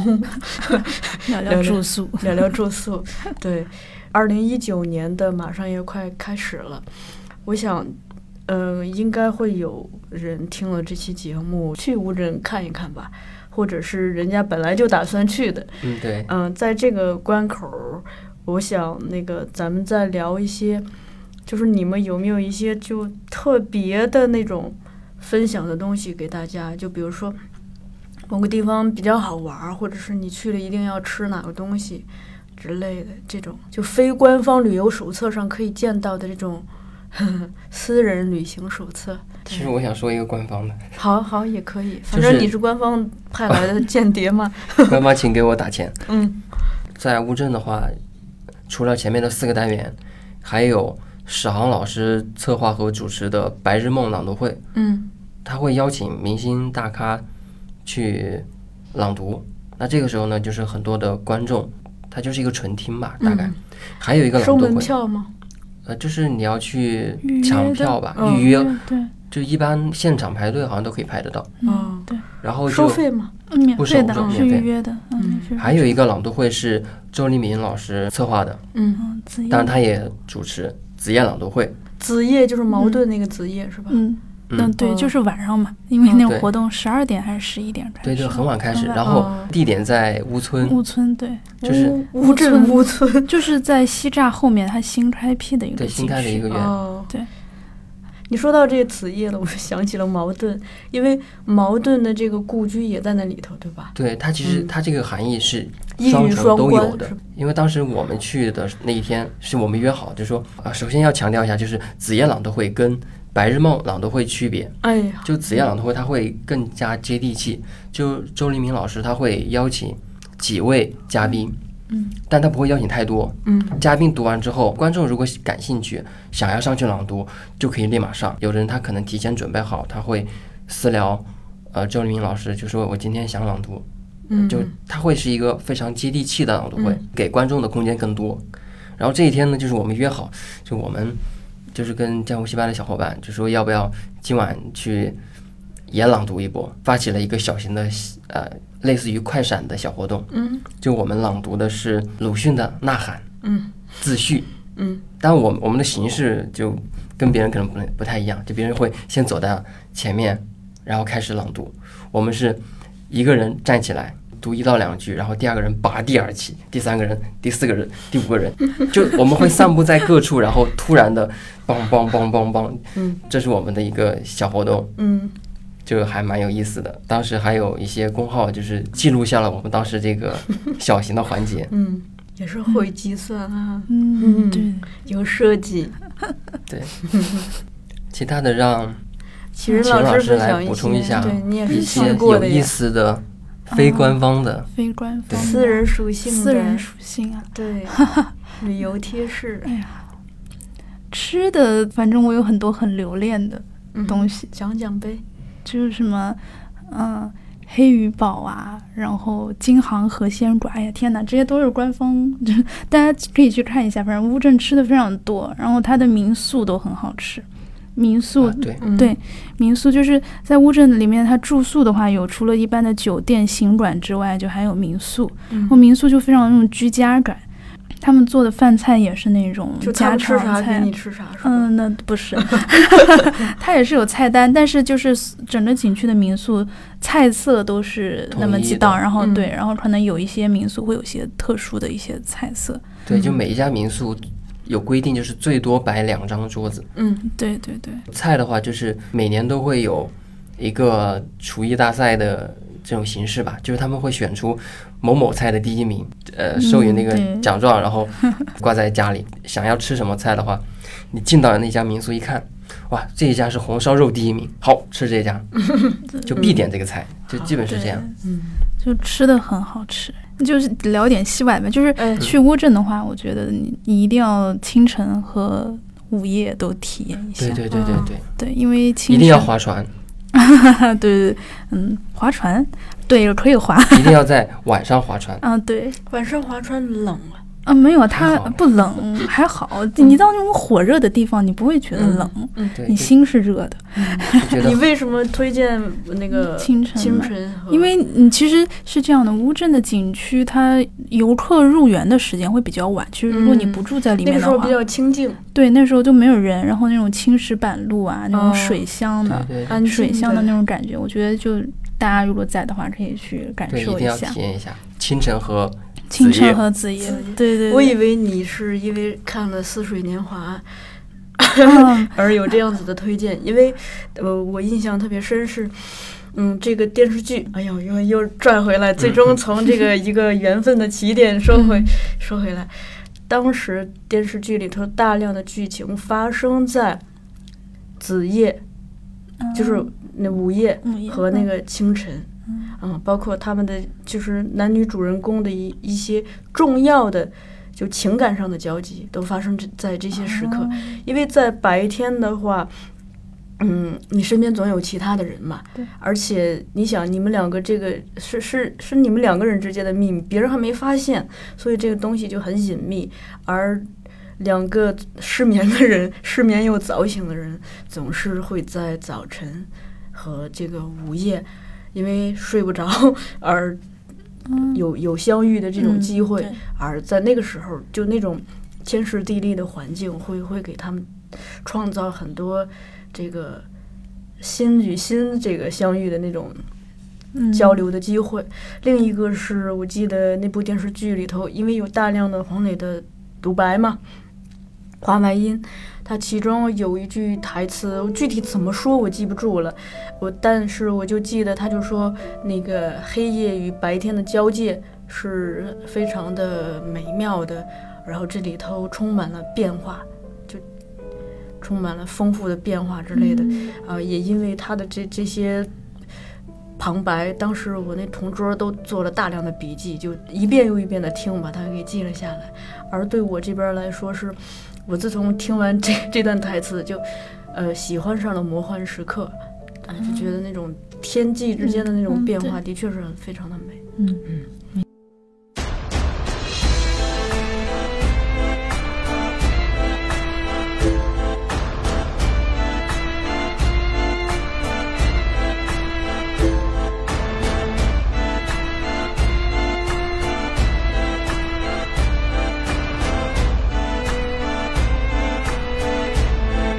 S4: 聊
S2: 聊
S4: 聊
S2: 聊
S4: 住宿，
S2: 聊聊住宿。 <laughs> 对，二零一九年的马上也快开始了，我想，嗯、应该会有人听了这期节目去乌镇看一看吧，或者是人家本来就打算去的。
S3: 嗯对，
S2: 嗯、在这个关口儿，我想那个咱们再聊一些，就是你们有没有一些就特别的那种分享的东西给大家？就比如说某个地方比较好玩儿，或者是你去了一定要吃哪个东西之类的，这种就非官方旅游手册上可以见到的这种。 <laughs> 呵呵私人旅行手册，
S3: 其实我想说一个官方的，
S2: 好好也可以，反
S3: 就是
S2: 正你是官方派来的间谍
S3: <laughs>
S2: 嘛。 <laughs>
S3: 官方请给我打钱。
S2: 嗯
S3: 在乌镇的话，除了前面的四个单元，还有史航老师策划和主持的白日梦朗读会，
S2: 嗯
S3: 他会邀请明星大咖去朗读。那这个时候呢，就是很多的观众，他就是一个纯听吧，大概。
S2: 嗯
S3: 还有一个
S2: 收
S3: 朗读
S2: 门
S3: 会，
S2: 票吗？
S3: 呃，就是你要去
S4: 预约
S3: 抢
S4: 的
S3: 票吧，
S2: 嗯
S3: 预约，
S4: 对，
S3: 就一般现场排队好像都可以排得到。
S2: 哦
S4: 嗯对，
S3: 然后
S2: 收
S3: 就
S2: 费吗？
S4: 嗯免
S3: 不收
S4: 费的
S3: 不收
S4: 是
S3: 免
S4: 预
S3: 费
S4: 约的，嗯，免费
S3: 还有一个朗读会是周黎明老师策划的，
S2: 嗯，
S4: 嗯自由
S3: 当然他也主持子夜朗读会。
S2: 子夜就是矛盾那个子夜、是吧？
S4: 嗯，
S3: 嗯
S4: 那对，
S2: 哦
S4: 就是晚上嘛，因为那
S3: 对
S4: 种活动十二点还是十一点开
S3: 对
S4: 始，
S3: 对，很晚开始，
S4: 很晚
S3: 然后
S2: 哦
S3: 地点在嗯乌村，
S4: 乌村对，
S3: 就是
S2: 乌乌镇乌村。
S4: 就是在西栅后面，它新开辟的一个
S3: 对新开的
S4: 景区
S3: 一个园。
S2: 哦，
S4: 对，
S2: 你说到这个词义了，我就想起了矛盾，因为矛盾的这个故居也在那里头，对吧？
S3: 对它其实它这个含义是
S2: 一
S3: 嗯双
S2: 语
S3: 重
S2: 双
S3: 都
S2: 关
S3: 有的
S2: 是吧，
S3: 因为当时我们去的那一天是我们约好，就说啊，首先要强调一下，就是子夜朗读会跟白日梦朗读会区别，
S2: 哎呀，
S3: 就子夜朗读会它会更加接地气，就周黎明老师他会邀请几位嘉宾，
S4: 嗯，
S3: 但他不会邀请太多，
S2: 嗯，
S3: 嘉宾读完之后，观众如果感兴趣，想要上去朗读，就可以立马上。有的人他可能提前准备好，他会私聊，呃，周黎明老师就说我今天想朗读，
S2: 嗯，
S3: 就他会是一个非常接地气的朗读会，给观众的空间更多。然后这一天呢，就是我们约好，就我们就是跟江湖戏班的小伙伴，就说要不要今晚去也朗读一波，发起了一个小型的呃类似于快闪的小活动。
S2: 嗯，
S3: 就我们朗读的是鲁迅的《呐喊》。
S2: 嗯，
S3: 自序。
S2: 嗯，
S3: 但我我们的形式就跟别人可能不不太一样，就别人会先走到前面，然后开始朗读。我们是一个人站起来读一到两句，然后第二个人拔地而起，第三个人、第四个人、第五个人，就我们会散布在各处，然后突然的梆梆梆梆梆，
S2: 嗯，
S3: 这是我们的一个小活动，
S2: 嗯，
S3: 就还蛮有意思的。当时还有一些公号就是记录下了我们当时这
S2: <laughs>
S3: 个小型的环节，
S2: 嗯，也是会计算啊，
S4: 嗯
S2: 嗯
S4: 对，
S2: 有设计。
S3: 其他的让。
S2: 其实
S3: 秦老
S2: 师
S3: 师
S2: 分
S3: 来
S2: 享一
S3: 补充
S2: 些
S3: 一下
S2: 对你也
S3: 一
S2: 是
S3: 些
S2: 去过
S3: 有
S2: 的
S3: 意
S2: 呀，
S3: 思的、非官方的，
S4: 非官方的
S2: 私人属性的，
S4: 私人属性啊。 <laughs>
S2: 对旅游贴士
S4: 哎呀，吃的反正我有很多很留恋的
S2: 嗯
S4: 东西，
S2: 讲讲呗。
S4: 就是什么，嗯，黑鱼堡啊，然后京杭河鲜馆，哎呀天哪，这些都是官方，就是大家可以去看一下。反正乌镇吃的非常多，然后它的民宿都很好吃，民宿、
S3: 啊、对，
S2: 嗯
S4: 对，民宿就是在乌镇里面，它住宿的话，有除了一般的酒店、行馆之外，就还有民宿。然
S2: 嗯，
S4: 后民宿就非常有那种居家感，他们做的饭菜也是那种
S2: 嗯就他
S4: 家
S2: 们吃
S4: 常
S2: 啥
S4: 菜
S2: 给。你吃啥，是吧？
S3: <laughs>
S4: 嗯，那不是， <laughs> 它也是有菜单，但是就是整个景区的民宿菜色都是那么
S3: 统一
S4: 几
S3: 的
S4: 道，然后
S2: 嗯
S4: 对，然后可能有一些民宿会有一些特殊的一些菜色，
S3: 对，就每一家民宿有规定，就是最多摆两张桌子。
S2: 嗯
S4: 对对对，
S3: 菜的话，就是每年都会有一个厨艺大赛的这种形式吧，就是他们会选出某某菜的第一名，呃，授予那个
S4: 对
S3: 奖状，然后挂在家里。想要吃什么菜的话，你进到那家民宿一看，哇，这一家是红烧肉第一名，好吃这 <laughs> 家，就必点这个菜，就基本是这样。
S2: 嗯，
S4: 就吃的很好吃。就是聊点西碗吧，就是
S2: 哎，
S4: 去乌镇的话，我觉得你你一定要清晨和午夜都体验一下，
S3: 对对哦对对
S2: 嗯
S3: 对，
S4: 对因为清晨
S3: 一定要划船，
S4: 对对对，嗯，划船，对，可以划
S3: 一定要在晚上划船。
S4: 啊，对
S2: 晚上划船冷啊，
S4: 啊，没有，它
S3: 还好
S4: 不
S2: <laughs>
S4: 冷，还
S2: 嗯
S4: 好，你到那种火热的地方，你不会觉得冷，
S3: <laughs> 对，
S4: 你
S3: 就
S4: 心是热的。
S3: 就觉
S2: 你
S3: 得
S2: 为什么推荐那个
S4: 清晨
S2: 呃嗯清
S4: 嘛
S2: 晨和？
S4: 因为你其实是这样的，乌镇的景区它游客入园的时间会比较晚，其实如果你
S2: 嗯
S4: 不住在里
S2: 那个
S4: 面
S2: 时
S4: 的
S2: 候
S4: 话，
S2: 比较清静，
S4: 对，那时候就没有人，然后那种青石板路啊，那种
S2: 哦
S4: 水乡的、
S3: 对对
S2: 安
S4: 水
S2: 静
S4: 乡的
S2: 的
S4: 那种感觉，我觉得就大家如果在的话，可以去感
S3: 对，一
S4: 受
S3: 定要
S4: 下
S3: 体验一下清晨和
S4: 清
S3: 子夜
S4: 晨和子夜
S2: 子夜。
S4: 对对
S2: 我以
S4: 对，
S2: 为你是因为看了《似水年华》
S4: 嗯
S2: 而有这样子的推荐，因为呃，我印象特别深是。嗯，这个电视剧，哎呦，又又转回来，最终从这个一个缘分的起点说回、说回来，当时电视剧里头大量的剧情发生在子夜，
S4: 嗯
S2: 就是那午夜
S4: 午夜
S2: 和那
S4: 嗯
S2: 个清晨，嗯，包括他们的就是男女主人公的一一些重要的就情感上的交集，都发生这在这些时刻。因为在白天的话，嗯，你身边总有其他的人嘛
S4: 对，
S2: 而且你想，你们两个这个是是是你们两个人之间的秘密，别人还没发现，所以这个东西就很隐秘。而两个失眠的人， <laughs> 失眠又早醒的人，总是会在早晨和这个午夜，因为睡不着而
S4: 嗯
S2: 有有相遇的这种
S4: 嗯
S2: 机会。
S4: 对
S2: 而在那个时候，就那种天时地利的环境会，会给他们创造很多这个心与心这个相遇的那种
S4: 嗯
S2: 交流的机会。另一个是我记得那部电视剧里头，因为有大量的黄磊的独白嘛，华莱音，它其中有一句台词，我具体怎么说我记不住了，我但是我就记得他就说那个黑夜与白天的交界是非常的美妙的，然后这里头充满了变化，就充满了丰富的变化之类的，
S6: 嗯
S2: 啊、也因为他的这这些。旁白，当时我那同桌都做了大量的笔记，就一遍又一遍的听，把它给记了下来。而对我这边来说是，我自从听完这这段台词，就，呃，喜欢上了魔幻时刻，啊，就觉得那种天际之间的那种
S4: 嗯
S2: 变
S4: 对
S2: 化，的确是很非常的美。
S4: 嗯
S5: 我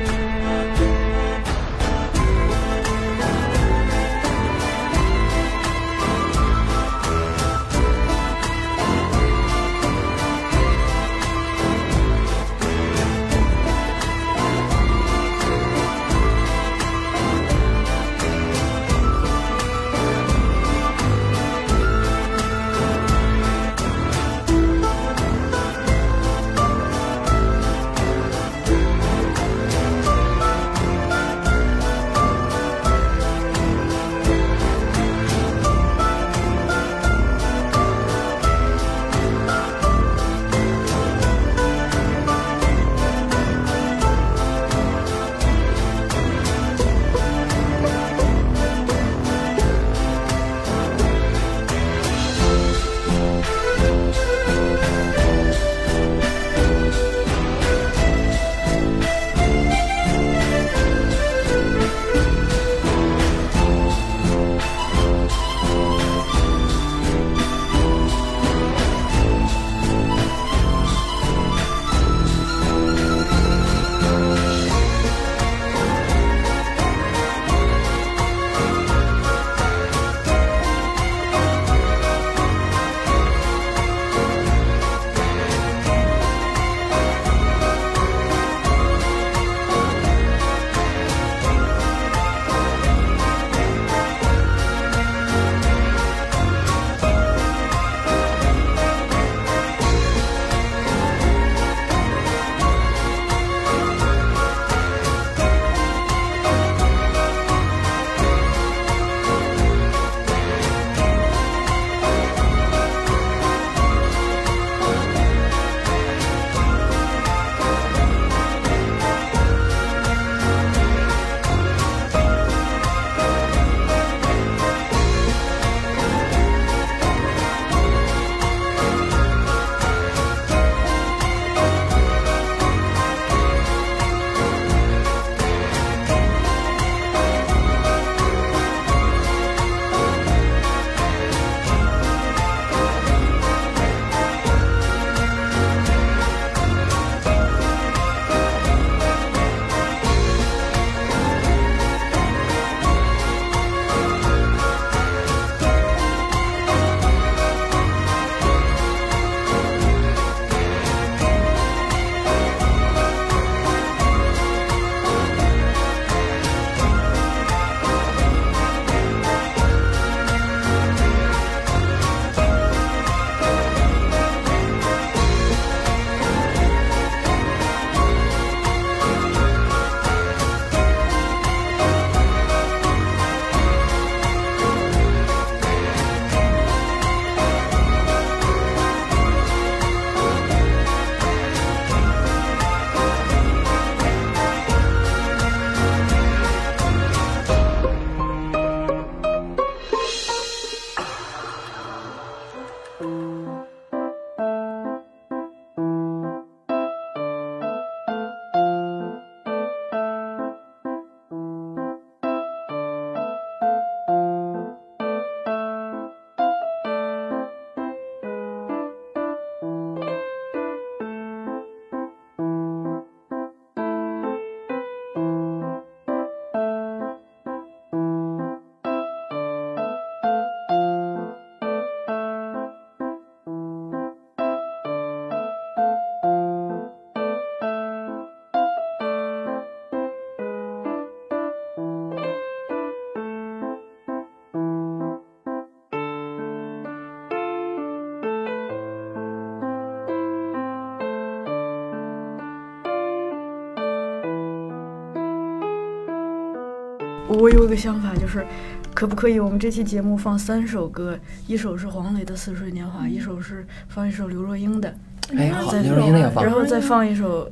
S2: 我有一个想法，就是可不可以我们这期节目放三首歌，一首是黄磊的《似水年华》，一首是放一首刘若英的，
S3: 哎，好，
S2: 再
S3: 刘若英的要放
S2: 然，后再放嗯一首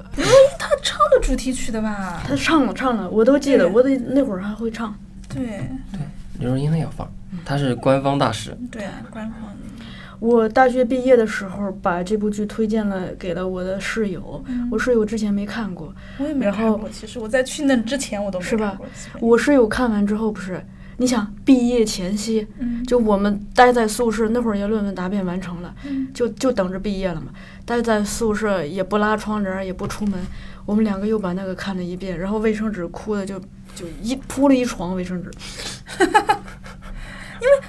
S6: 他唱的主题曲的吧？
S2: 他唱了唱了，我都记得，
S6: 对
S2: 我得那会儿还会唱。
S6: 对
S3: 刘若英的要放，她是官方大使，
S6: 对啊，官方
S2: 我大学毕业的时候把这部剧推荐了给了我的室友，
S6: 嗯
S2: 我室友之前没看过，
S6: 我也没
S2: 然
S6: 看
S2: 后
S6: 过。其实我在去那之前我都没
S2: 是吧
S6: 看过基本
S2: 我室友看完之后不是，你想毕业前夕，
S6: 嗯
S2: 就我们待在宿舍那会儿也论文答辩完成了，
S6: 嗯
S2: 就就等着毕业了嘛。待在宿舍也不拉窗帘儿，也不出门，我们两个又把那个看了一遍，然后卫生纸哭的就就一铺了一床卫生纸。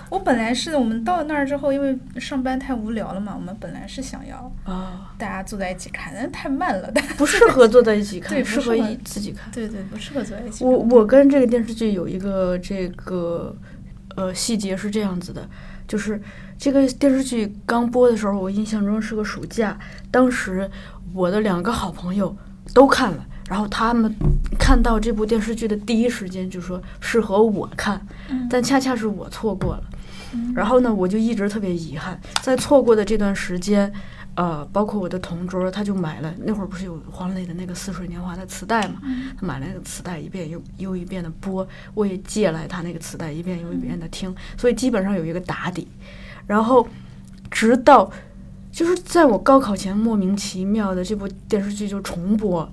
S6: 我本来是我们到那儿之后，因为上班太无聊了嘛，我们本来是想要
S2: 啊，
S6: 大家坐在一起看，但是太慢了，但
S2: 不适合坐在一
S6: 对
S2: 起看，
S6: 不
S2: 适合
S6: 适合。
S2: 一自己看
S6: 对对不适合坐在一起看。
S2: 我我跟这个电视剧有一个这个呃细节是这样子的，就是这个电视剧刚播的时候，我印象中是个暑假，当时我的两个好朋友都看了。然后他们看到这部电视剧的第一时间就说适合我看，但恰恰是我错过了。然后呢，我就一直特别遗憾，在错过的这段时间，呃，包括我的同桌，他就买了那会儿不是有黄磊的那个《似水年华》的磁带嘛，他买了那个磁带一遍又又一遍的播，我也借来他那个磁带一遍又一遍的听，所以基本上有一个打底。然后直到就是在我高考前莫名其妙的这部电视剧就重播，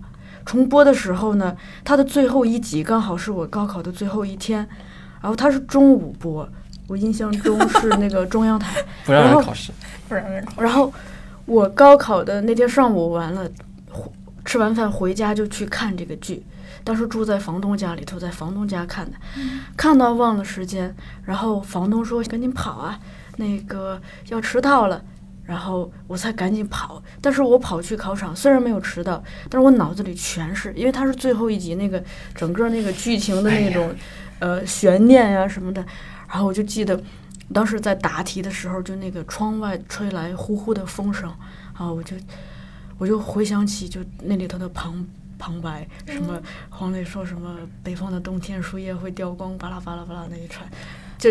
S2: 重播的时候呢，它的最后一集刚好是我高考的最后一天，然后它是中午播，我印象中是那个中央台，
S3: 不让
S2: 然
S3: 人
S2: 后
S3: 考试，
S6: 不然人
S2: 然后我高考的那天上午完了，回吃完饭回家就去看这个剧。当时住在房东家里头，在房东家看的，看到忘了时间，然后房东说赶紧跑啊，那个要迟到了，然后我才赶紧跑。但是我跑去考场，虽然没有迟到，但是我脑子里全是，因为它是最后一集那个整个那个剧情的那种、呃悬念呀、什么的，然后我就记得当时在答题的时候，就那个窗外吹来呼呼的风声，啊，我就我就回想起就那里头的旁旁白，什么黄磊说什么北方的冬天树叶会掉光，巴拉巴拉巴拉那一串，就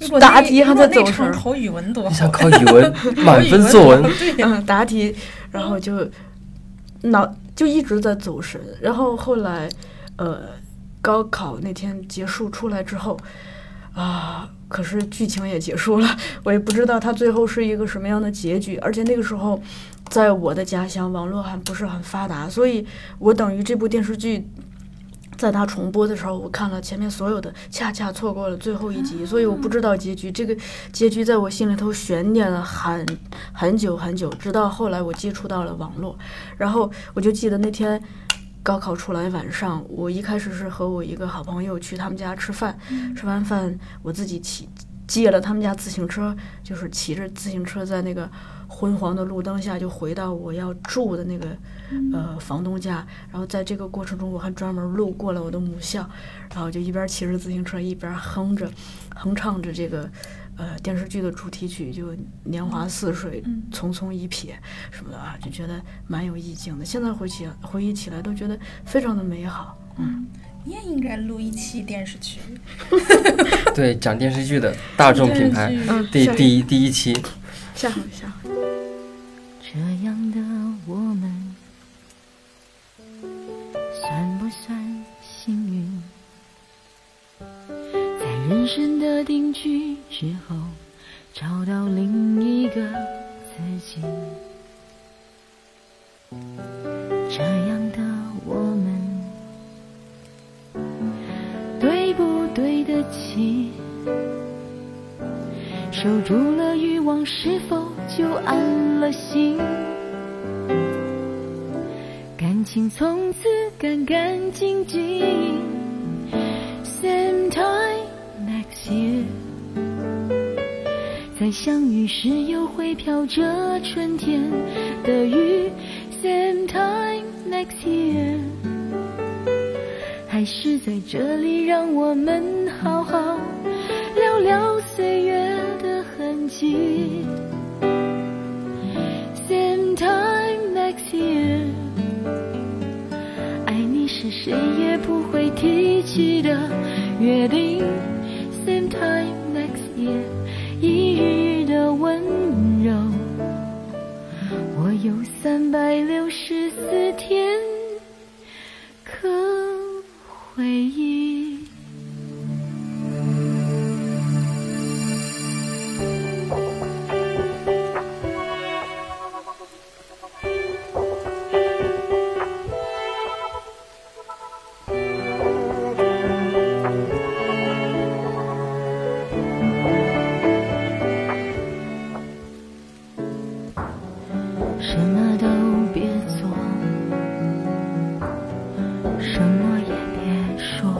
S6: 如果那
S2: 答题还在走
S6: 如果那
S2: 神
S6: 场
S2: 儿，
S6: 考语文多
S3: 你
S6: 好
S3: 想考语文满分作 <laughs> 文，
S6: 对，
S2: 嗯，答题，然后就脑就一直在走神，然后后来呃高考那天结束出来之后啊。可是剧情也结束了，我也不知道它最后是一个什么样的结局。而且那个时候，在我的家乡，网络还不是很发达，所以我等于这部电视剧，在它重播的时候，我看了前面所有的，恰恰错过了最后一集，所以我不知道结局。这个结局在我心里头悬念了很很久很久，直到后来我接触到了网络，然后我就记得那天高考出来晚上，我一开始是和我一个好朋友去他们家吃饭，吃完饭我自己骑借了他们家自行车，就是骑着自行车在那个昏黄的路灯下就回到我要住的那个呃房东家，然后在这个过程中我还专门路过了我的母校，然后就一边骑着自行车一边哼着哼唱着这个。呃，电视剧的主题曲就“年华似水，匆匆一瞥”什么的啊，就觉得蛮有意境的。现在回起回忆起来，都觉得非常的美好。
S6: 你也应该录一期电视剧，
S3: 对，讲电视剧的大众品牌，
S2: 嗯，
S3: 第
S2: 下回
S3: 第一第一期，
S2: 下回下回，
S7: 这样的我们，算不算幸运？在人生的定居之后，找到另一个自己。这样的我们，对不对得起？守住了欲望，是否就安了心？感情从此干干净净。Same time next year，再相遇时又会飘着春天的雨。Same time next year，还是在这里，让我们好好聊聊岁月的痕迹。Same time next year，爱你是谁也不会提起的约定，same time next year，一日的温柔。我有三百六十四天可回忆。什么都别做，什么也别说，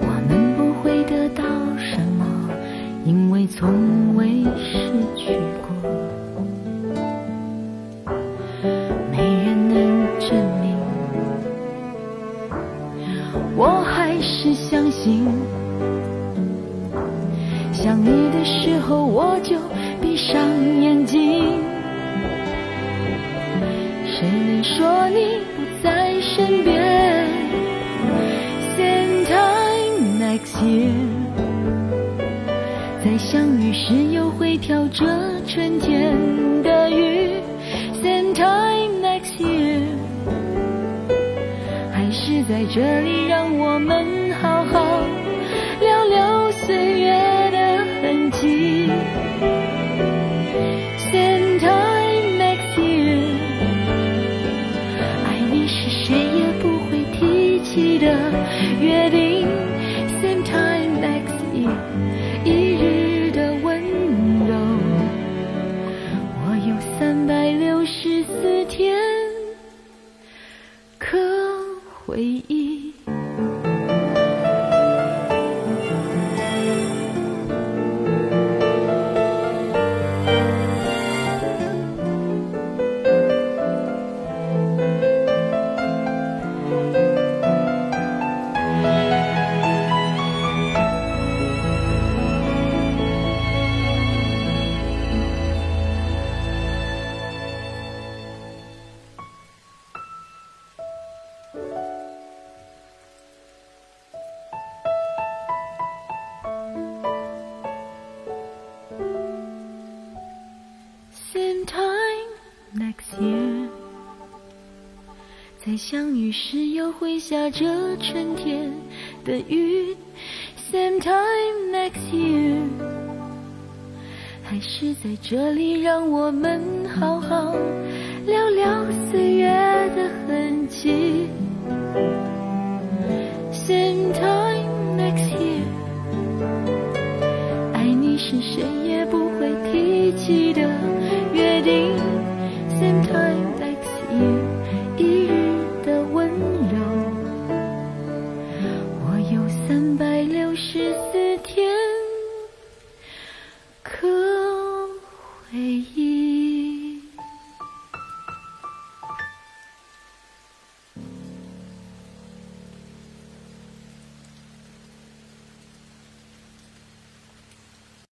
S7: 我们不会得到什么，因为从未失去过。没人能证明，我还是相信。想你的时候，我就闭上眼睛。谁能说你不在身边？Same time next year，再相遇时又会飘着春天的雨。Same time next year，还是在这里，让我们好好聊聊岁月的痕迹。Same time next year，爱你是谁也不会提起的约定。Same time next year，一日的温柔，我有三百六十四天可回忆。Same time next year，再相遇时又会下着春天的雨。Same time next year，还是在这里，让我们好好聊聊岁月的痕迹。